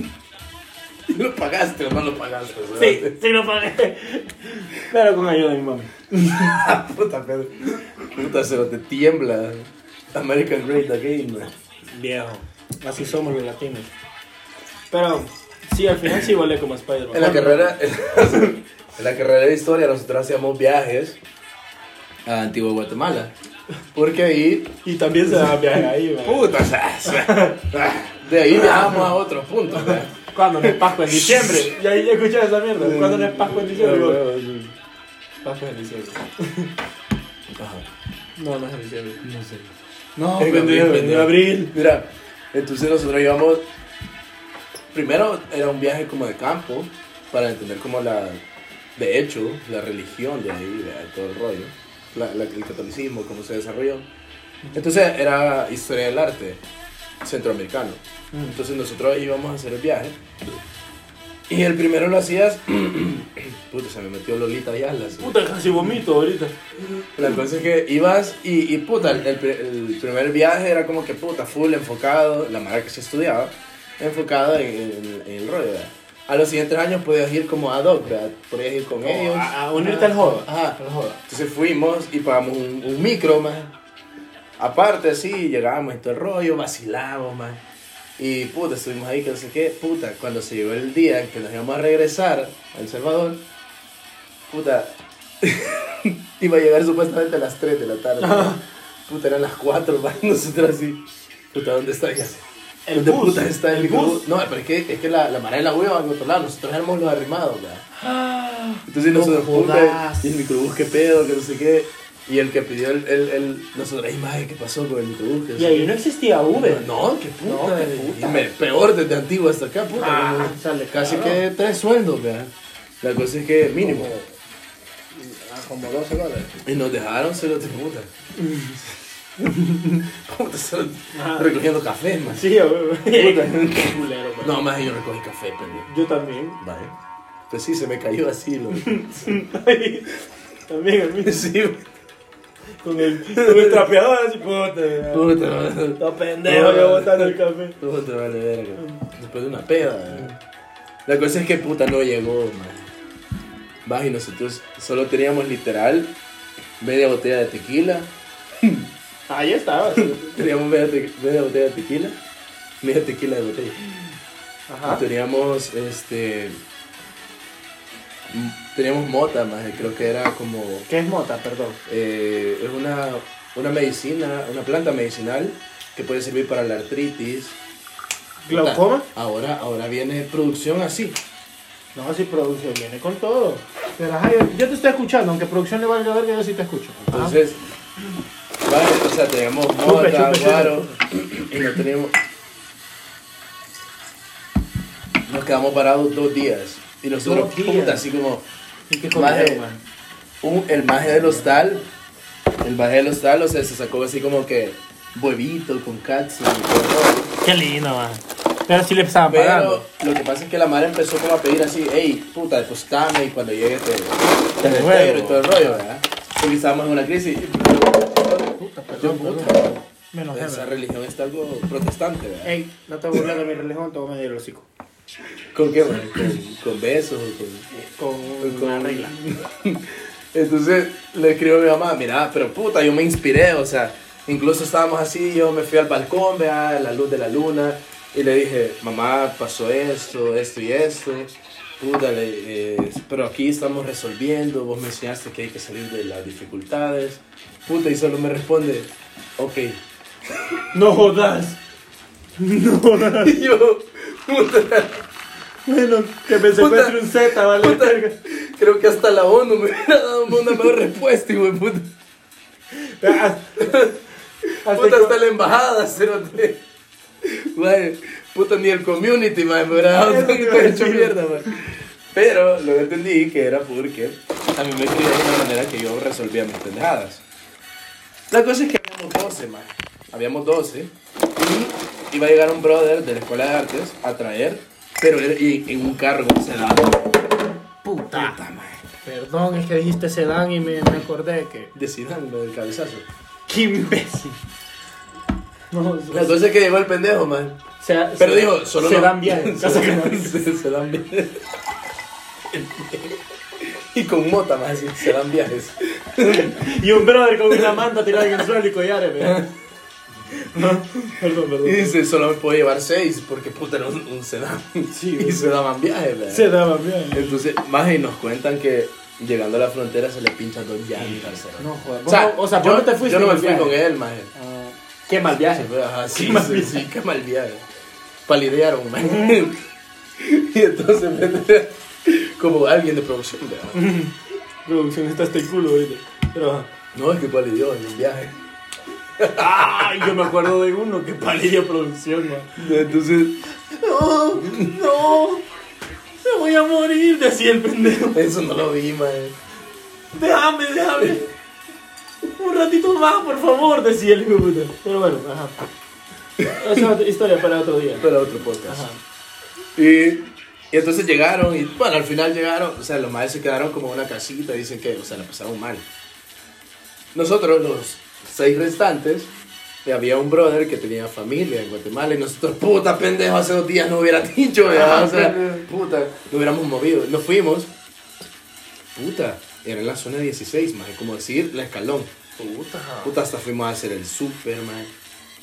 S2: [laughs] ¿Lo pagaste o no lo pagaste?
S1: Sí, sí lo pagué. Pero con ayuda de mi mami.
S2: Puta pedo. Puta, se lo te tiembla. American Great Again, man.
S1: Viejo. Así somos los latinos. Pero, sí, al final sí volé como Spider-Man.
S2: En la carrera, [laughs] en la carrera de historia nosotros hacíamos viajes a Antigua Guatemala. Porque ahí,
S1: Y también se va a viajar ahí, maje.
S2: puta, o sea, o sea, [laughs] de ahí viajamos a otros puntos. ¿verdad?
S1: Cuando no es Pascua en [laughs] diciembre. Y ahí escuchaba esa mierda. Cuando no es Pascua en diciembre.
S2: No,
S1: Digo,
S2: no, sí.
S1: Pascua en diciembre.
S2: Ajá.
S1: No, no es en diciembre. No sé.
S2: No,
S1: Es cuando
S2: pero-
S1: yo venía a abril.
S2: Mira, entonces nosotros íbamos. Primero era un viaje como de campo para entender como la. De hecho, la religión de ahí, ¿verdad? todo el rollo. la- la- el catolicismo, cómo se desarrolló. Entonces era historia del arte centroamericano. Entonces nosotros íbamos a hacer el viaje. Y el primero lo hacías. [clears throat] Puta, se me metió Lolita ya la
S1: Puta, casi vomito ahorita.
S2: la cosa es que ibas y, y puta, el, el pri- el primer viaje era como que puta, full, enfocado, la manera que se estudiaba, enfocado en, en- en el rollo, ¿verdad? A los siguientes años podías ir como ad hoc, ¿verdad? Podías ir con ellos.
S1: a- a unirte
S2: ah.
S1: al joda.
S2: Ajá.
S1: Al joda.
S2: Entonces fuimos y pagamos un, un micro, más. Aparte, así, llegábamos en todo el rollo, vacilábamos, más. Y puta, estuvimos ahí, que no sé qué, puta, cuando se llegó el día en que nos íbamos a regresar a El Salvador, puta, [laughs] iba a llegar supuestamente a las 3 de la tarde. Puta, eran las 4, man, [laughs] nosotros así. Puta, ¿dónde está ya?
S1: El
S2: ¿Dónde
S1: bus,
S2: puta está el,
S1: el bus?
S2: bus? No, pero es que, es que la, la marea de la hueva en otro lado, nosotros éramos los arrimados, ¿verdad? Entonces
S1: No
S2: nosotros, puta,
S1: jodas.
S2: y el microbús, qué pedo, que no sé qué. Y el que pidió el, el, el nosotros, ay, madre, ¿qué pasó con el microbús? Que no
S1: Y
S2: sé
S1: ahí
S2: qué.
S1: no existía Uber.
S2: No, qué puta.
S1: No, qué puta.
S2: Y me- peor desde Antigua hasta acá, puta.
S1: Ah,
S2: no,
S1: sale
S2: casi
S1: caro.
S2: que tres sueldos, ¿verdad? La cosa es que mínimo.
S1: Ah, como 12 dólares.
S2: Y nos dejaron solo de [laughs] puta. puta, solo
S1: Ajá.
S2: recogiendo café, más.
S1: Ah. Sí, a [laughs] huevo.
S2: Puta. [laughs]
S1: Culero, man.
S2: No, más yo recogí café, pendejo.
S1: Yo también. [laughs]
S2: Vale. Pues sí, se me cayó así, lo.
S1: también a mí.
S2: sí,
S1: Con el, con el trapeador así, puta.
S2: puta, vale.
S1: Todo pendejo, yo botando el café.
S2: Puta, vale, verga. Después de una peda, ¿verdad? La cosa es que puta no llegó, man. Vas y nosotros solo teníamos literal media botella de tequila.
S1: Ahí estaba. sí.
S2: Teníamos media, te- media botella de tequila. Media tequila de botella.
S1: Ajá.
S2: Teníamos este. m- Teníamos mota, más creo que era como.
S1: ¿Qué es mota, perdón?
S2: eh, es una, una medicina, una planta medicinal que puede servir para la artritis.
S1: ¿Glaucoma? Ah.
S2: Ahora, ahora viene producción así.
S1: No, si producción viene con todo. Pero, ajá, yo, yo te estoy escuchando, aunque producción le valga verga, yo sí te escucho. Ah, Ajá.
S2: Entonces, vale, o sea, teníamos
S1: Chupe,
S2: mota,
S1: chupe,
S2: guaro, y no teníamos. Nos quedamos parados dos días. Y nosotros,
S1: Dos días.
S2: puta, así como.
S1: ¿Y qué
S2: Maje,
S1: comieron, man?
S2: un- Uh, el maje del hostal, el maje del hostal, o sea, se sacó así como que huevito con katsu y todo.
S1: Qué lindo, man. Pero sí le estaban
S2: Pero lo que pasa es que la madre empezó como a pedir así, hey, puta, depositame y cuando llegue te, te
S1: Te
S2: reintegro y
S1: devuelvo.
S2: todo el rollo, ¿verdad? Porque estábamos en una crisis. Yo, puta,
S1: Menos
S2: esa
S1: jefe.
S2: religión está algo protestante, ¿verdad?
S1: Ey, no te burles de mi religión, te voy a medir el hocico.
S2: ¿Con qué, man? ¿Con, con besos? o Pues con-
S1: Con una regla.
S2: [laughs] Entonces le escribo a mi mamá, mira, pero puta, yo me inspiré, o sea, incluso estábamos así, yo me fui al balcón, vea, la luz de la luna, y le dije, mamá, pasó esto, esto y esto, Puta, le- eh, pero aquí estamos resolviendo, vos me enseñaste que hay que salir de las dificultades. Puta, y solo me responde, ok. [laughs]
S1: No jodas. [laughs] No jodas.
S2: Y yo, puta,
S1: Bueno, que me secuestre un Z, vale.
S2: puta, creo que hasta la ONU me hubiera dado una mejor respuesta, hijo de puta.
S1: Ah, hasta
S2: Puta,
S1: que-
S2: hasta la embajada, [laughs] cerote. Madre, puta, ni el community, madre, me
S1: [laughs]
S2: hubiera dado
S1: Eso
S2: un
S1: te iba
S2: poquito
S1: a
S2: de
S1: decir.
S2: hecho mierda, madre. Pero lo entendí que era porque a mí me criaron de una manera que yo resolvía mis pendejadas. La cosa es que habíamos 12, madre. Habíamos 12 y iba a llegar un brother de la escuela de artes a traer, pero era- y- en un cargo sedado.
S1: Puta.
S2: Puta, madre.
S1: Perdón, es que dijiste sedán y me, me acordé que.
S2: Decidan lo del cabezazo.
S1: ¡Qué imbécil! No, o
S2: La cosa es que llegó el pendejo, madre.
S1: sea,
S2: Pero
S1: se-
S2: dijo, solo
S1: se
S2: no-
S1: dan
S2: [laughs]
S4: [laughs]
S1: bien.
S2: se, se- se dan bien. y con mota más así, se dan viajes.
S1: y un brother con una manta tirada en el suelo y collares, ¿verdad? No, perdón,
S2: Y
S1: perdón.
S2: dice, solo me puedo llevar seis porque puta era un, un sedán.
S1: Sí,
S2: [laughs] y
S1: güey.
S2: se daban viajes, ¿verdad?
S1: Se daban bien.
S2: Entonces, más y nos cuentan que llegando a la frontera se le pinchan dos llantas. ¿verdad?
S1: No, joder. Vos no- o sea, vos
S2: yo,
S1: no te fuiste
S2: yo no
S1: en
S2: me
S1: el
S2: fui
S1: viaje.
S2: con él, maje.
S1: Ah, qué mal viaje.
S2: Ajá, sí,
S1: Qué mal
S2: sí,
S1: viaje.
S2: sí, qué mal viaje. Palidearon, man. [laughs] y entonces, [laughs] vendría como alguien de producción, ¿verdad?
S1: Producción está hasta el este culo, ¿viste? Pero. ajá.
S2: No, es que palideó en el viaje.
S1: ¡Ay! Yo me acuerdo de uno que palidia producción, man.
S2: Entonces,
S1: No, no. Me voy a morir, decía el pendejo.
S2: eso no lo vi, man.
S1: Déjame, déjame. Un ratito más, por favor, decía el hijo de puta. Pero bueno, ajá. Esa es otra historia para otro día.
S2: Pero otro podcast.
S1: Ajá.
S2: Y, y entonces llegaron, y bueno, al final llegaron, o sea, los maestros se quedaron como en una casita, dicen que, o sea, la pasaron mal. Nosotros, los seis restantes, y había un brother que tenía familia en Guatemala, y nosotros, puta pendejo, hace dos días no hubiera [laughs] dicho, ¿verdad? o sea, puta, no hubiéramos movido. Nos fuimos, puta, era en la zona 16, más, como decir, la escalón.
S4: Puta.
S2: Puta, hasta fuimos a hacer el súper, man.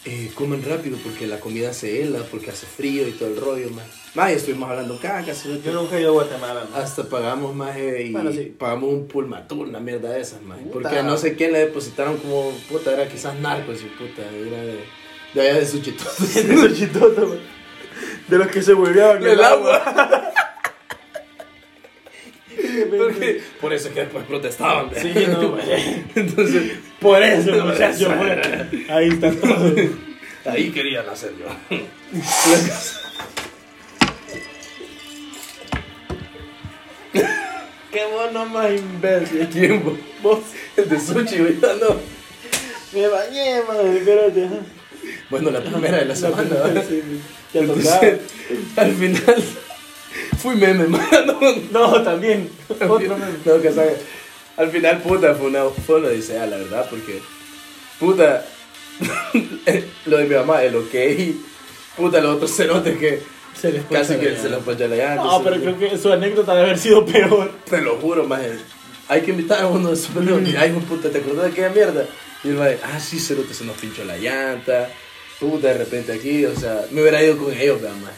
S2: Eh, comen rápido porque la comida se hela, porque hace frío y todo el rollo, man. Man, estuvimos hablando caca, cerote.
S1: Yo nunca he ido a Guatemala, man.
S2: Hasta pagamos más y
S1: Bueno, sí.
S2: pagamos un pulmatur, una mierda de esas, man.
S1: Puta.
S2: Porque a no sé quién le depositaron como, puta, era quizás narco, su puta, era de, de allá de Suchito. [laughs]
S1: De esos chitotos, man. De los que se hueveaban en
S2: el agua. [laughs] Porque- por eso es que después protestaban. [laughs]
S1: Sí, no, man.
S2: Entonces,
S1: Por eso, [laughs]
S2: Por
S1: muchacho,
S2: eso.
S1: por eso. Ahí está todo.
S2: ahí querían hacerlo. [laughs]
S1: Qué mono más imbécil.
S2: ¿Quién vos? vos? El de Suchi, ahorita no.
S1: Me bañé, madre, espérate. ajá.
S2: Bueno, la primera de la semana. ¿verdad?
S1: Sí, sí. Ya tocaba.
S2: Entonces, al final, fui meme, [laughs] mano.
S1: No, también. Otro meme.
S2: No, que sabe. Al final, puta, fue una, fue una odisea, la verdad, porque, puta, [laughs] lo de mi mamá, el ok, puta, los otros cerotes que
S1: Se les
S2: casi
S1: poncha
S2: que
S1: la
S2: se los
S1: llave.
S2: poncha la llana.
S1: No, pero creo que su anécdota debe haber sido peor.
S2: Te lo juro, maje. Hay que invitar a uno de esos pelones. Ay, hijo de puta, ¿te acordás de aquella mierda? Y el maje, ah, sí, cerote, se nos pinchó la llanta. Puta, de repente aquí, o sea, me hubiera ido con ellos, vea, maje.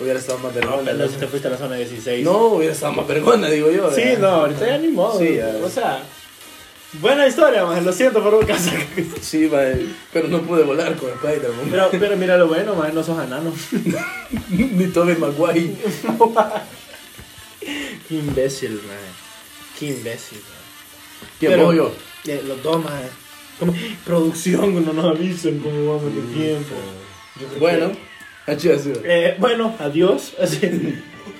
S2: Hubiera estado más vergona.
S1: Pero
S2: No,
S1: si te fuiste a la zona 16.
S2: No, hubiera estado más vergona, digo yo.
S1: Sí,
S2: vea.
S1: no, ahorita ya ni modo.
S2: Sí, ya.
S1: O sea, buena historia, man. Lo siento por un caso.
S2: Sí, maje, pero no pude volar con Spider-Man.
S1: Pero, pero mira lo bueno, man. No sos anano.
S2: [laughs] Ni Tobey Maguire.
S1: Qué imbécil, man. Qué imbécil, man.
S2: ¿Quién
S1: Pero-
S2: voy yo?
S1: Eh, Los dos, man. Como, [laughs] producción, no nos avisen cómo vamos de tiempo.
S2: Bueno, así ha sido.
S1: Eh, bueno, adiós. [laughs] Así,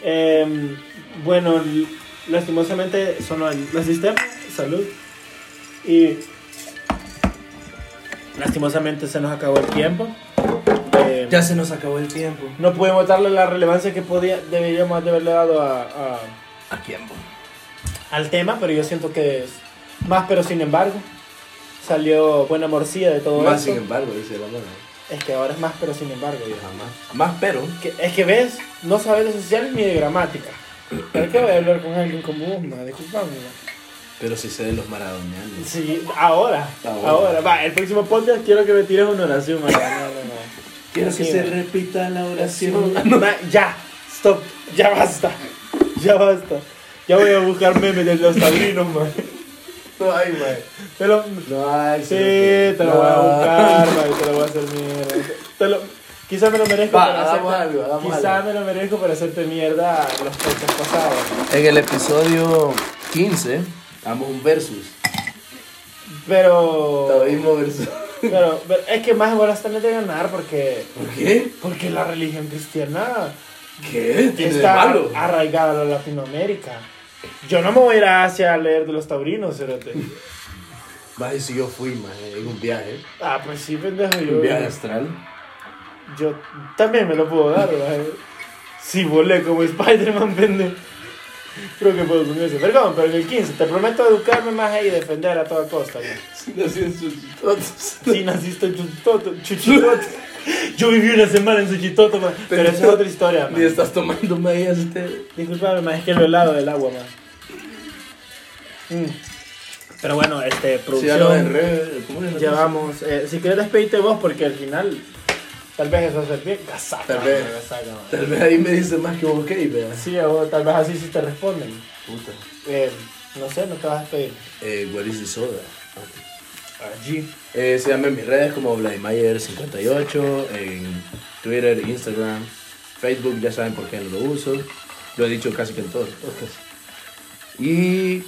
S1: em, bueno, l- lastimosamente sonó el- la cisterna. Salud. Y lastimosamente se nos acabó el tiempo. Em,
S2: Eh, Ya se nos acabó el tiempo.
S1: no pudimos darle la relevancia que podía, deberíamos de haberle dado a- a-
S2: ¿A quién voy?
S1: al tema, pero yo siento que es más, pero sin embargo, salió buena morcilla de todo
S2: Más
S1: esto.
S2: sin embargo, dice la mano.
S1: Es que ahora es más, pero sin embargo, viejo.
S2: Jamás. Más pero.
S1: Que- es que ves, no sabes de sociales ni de gramática. ¿Para qué voy a hablar con alguien como vos, ma? Disculpame, ma.
S2: Pero sí sé de los maradonianos.
S1: Sí, ahora, ahora.
S2: Ahora.
S1: Va, el próximo podcast quiero que me tires una oración, ma. No, no, no.
S2: Quiero que
S1: Sí,
S2: se
S1: ma.
S2: [laughs] repita la oración.
S1: Ma, ya, stop, ya basta. Ya basta. Ya voy a buscar memes de los taurinos, man.
S2: Ay, mae.
S1: Te lo-
S2: No, ay,
S1: Sí, te lo voy a
S2: Ah.
S1: buscar, man. Te lo voy a hacer mierda. Te lo... Quizá me lo merezco
S2: Va,
S1: para
S2: hagamos
S1: hacerte-
S2: algo, hagamos
S1: Quizá
S2: algo.
S1: me lo merezco para hacerte mierda los podcasts pasados. man.
S2: [laughs] En el episodio 15, damos un versus.
S1: Pero,
S2: Taoísmo versus.
S1: pero, pero es que más bolas tenés de ganar porque,
S2: ¿Por qué?
S1: porque la religión cristiana
S2: ¿Qué? Tiene de
S1: está
S2: malo.
S1: arraigada a Latinoamérica. Yo no me voy a ir a Asia a leer de los taurinos, cerote.
S2: Va, y si yo fui, mae, en un viaje.
S1: Ah, pues sí, pendejo.
S2: Un
S1: Yo,
S2: viaje astral.
S1: yo también me lo puedo dar, ¿verdad? Si volé como Spider-Man, pendejo. Creo que puedo con eso. Perdón, pero en el 15, te prometo educarme más ahí y defender a toda costa. ¿no?
S2: Sí, nací en sus
S1: Si naciste en Chuchitoto, Chuchitoto. Yo viví una semana en Chuchitoto, man. pero esa es otra historia,
S2: Ni
S1: man.
S2: estás tomando medias este.
S1: Disculpame, man, es que lo helado del agua, man. Mm. Pero bueno, este,
S2: Sí, ya lo
S1: producción.
S2: enredé. ¿Cómo es la
S1: Ya
S2: cosa?
S1: vamos. Eh, si querés despedirte vos, porque al final. Tal vez eso es bien. Casaca.
S2: Tal vez.
S1: man, casaca, man.
S2: Tal vez ahí me dice más que vos, ok, vea.
S1: Sí, o tal vez así sí te responden.
S2: Puta.
S1: Eh, no sé, no te vas a despedir.
S2: Eh, what is the soda?
S1: Allí.
S2: Eh, síganme en mis redes como Vladimir58, en Twitter, Instagram, Facebook, ya saben por qué no lo uso. Lo he dicho casi que en todos los podcasts. Y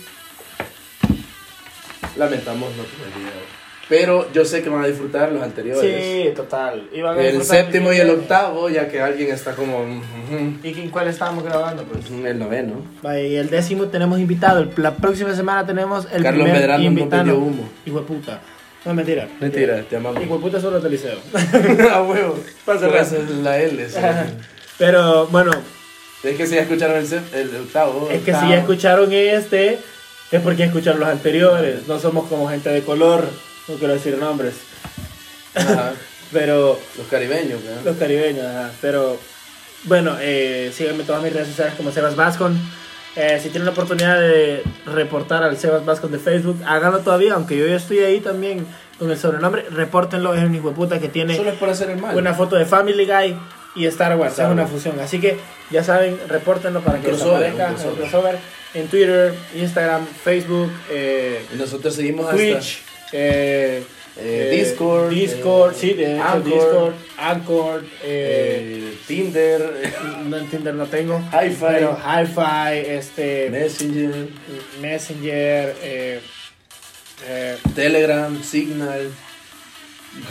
S2: lamentamos no tener video. Pero yo sé que van a disfrutar los anteriores.
S1: Sí, total. Iban a
S2: el
S1: disfrutar
S2: séptimo
S1: mi
S2: y el
S1: video.
S2: octavo, ya que alguien está como... "Ujú,
S1: ¿Y en cuál estábamos grabando? Pues?
S2: ujú", El noveno.
S1: [laughs] Vaya, y el décimo tenemos invitado. El- La próxima semana tenemos el
S2: Carlos
S1: primer
S2: Medrano no
S1: invitado.
S2: vendió humo.
S1: Hijo de puta. No, mentira.
S2: Mentira, te amamos.
S1: Hijo de puta solo del liceo.
S2: A huevo.
S1: Pasa,
S2: Por
S1: pasa.
S2: eso es la L. sí.
S1: [laughs] Pero bueno,
S2: es que si ya escucharon el, sep- el octavo.
S1: es que si
S2: octavo.
S1: ya escucharon este, es porque escucharon los anteriores. No somos como gente de color. No quiero decir nombres.
S2: Ajá.
S1: Pero
S2: Los caribeños, ¿verdad?
S1: Los caribeños, ajá. Pero bueno, eh, síganme en todas mis redes sociales como Sebas Vascon. Eh, si tienen la oportunidad de reportar al Sebas Vascon de Facebook, háganlo todavía, aunque yo ya estoy ahí también con el sobrenombre. Repórtenlo, es un hijo de puta que tiene
S2: Solo es por hacer el mal.
S1: una foto de Family Guy y Star Wars.
S2: Star
S1: es una
S2: Wars.
S1: fusión. Así que ya saben, repórtenlo para
S2: Un
S1: que
S2: crossover,
S1: desaparezca
S2: un crossover.
S1: el crossover en Twitter, Instagram, Facebook, eh,
S2: Y nosotros seguimos hasta
S1: Twitch, eh,
S2: Eh, Discord,
S1: Discord,
S2: eh,
S1: sí, de hecho,
S2: Anchor.
S1: Discord, Anchor, eh,
S2: eh, Tinder,
S1: no en Tinder no tengo,
S2: Hi-Fi.
S1: pero Hi-Fi, este,
S2: eh, Messenger,
S1: Messenger, eh, eh,
S2: Telegram, Signal.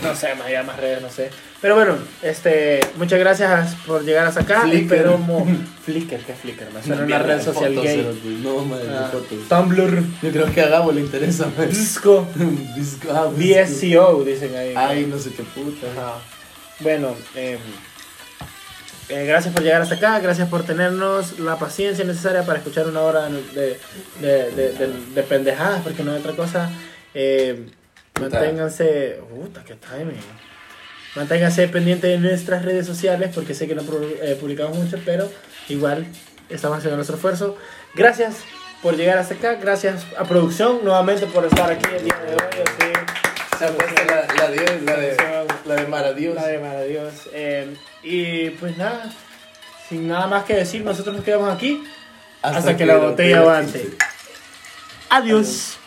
S1: no sé, más allá, más redes, no sé. Pero bueno, este, muchas gracias por llegar hasta acá.
S2: Flickr.
S1: Espero
S2: [laughs]
S1: mo- Flickr, ¿qué es Flickr? Me suena una red social
S2: Fotos,
S1: gay.
S2: cerote. No, madre, de
S1: Ah,
S2: fotos.
S1: Tumblr,
S2: Yo creo que a Gabo le interesa más. [laughs]
S1: Disco,
S2: Disco, ah, Disco.
S1: VSCO, dicen ahí.
S2: Ay, no sé qué puta.
S1: Ajá. Bueno, eh, eh, gracias por llegar hasta acá, gracias por tenernos la paciencia necesaria para escuchar una hora de, de, de- de- de pendejadas, porque no hay otra cosa. Eh,
S2: Puta.
S1: manténganse, puta, qué timing. Manténganse pendientes de nuestras redes sociales, porque sé que no pu- eh, publicamos mucho, pero igual estamos haciendo nuestro esfuerzo. Gracias por llegar hasta acá, gracias a producción nuevamente por estar aquí el día de hoy. así.
S2: Se ha puesto la, la de, la de, la de Mara Dios.
S1: La de Mara Dios. Eh, y pues nada, sin nada más que decir, nosotros nos quedamos aquí hasta, que, la botella aguante. Adiós.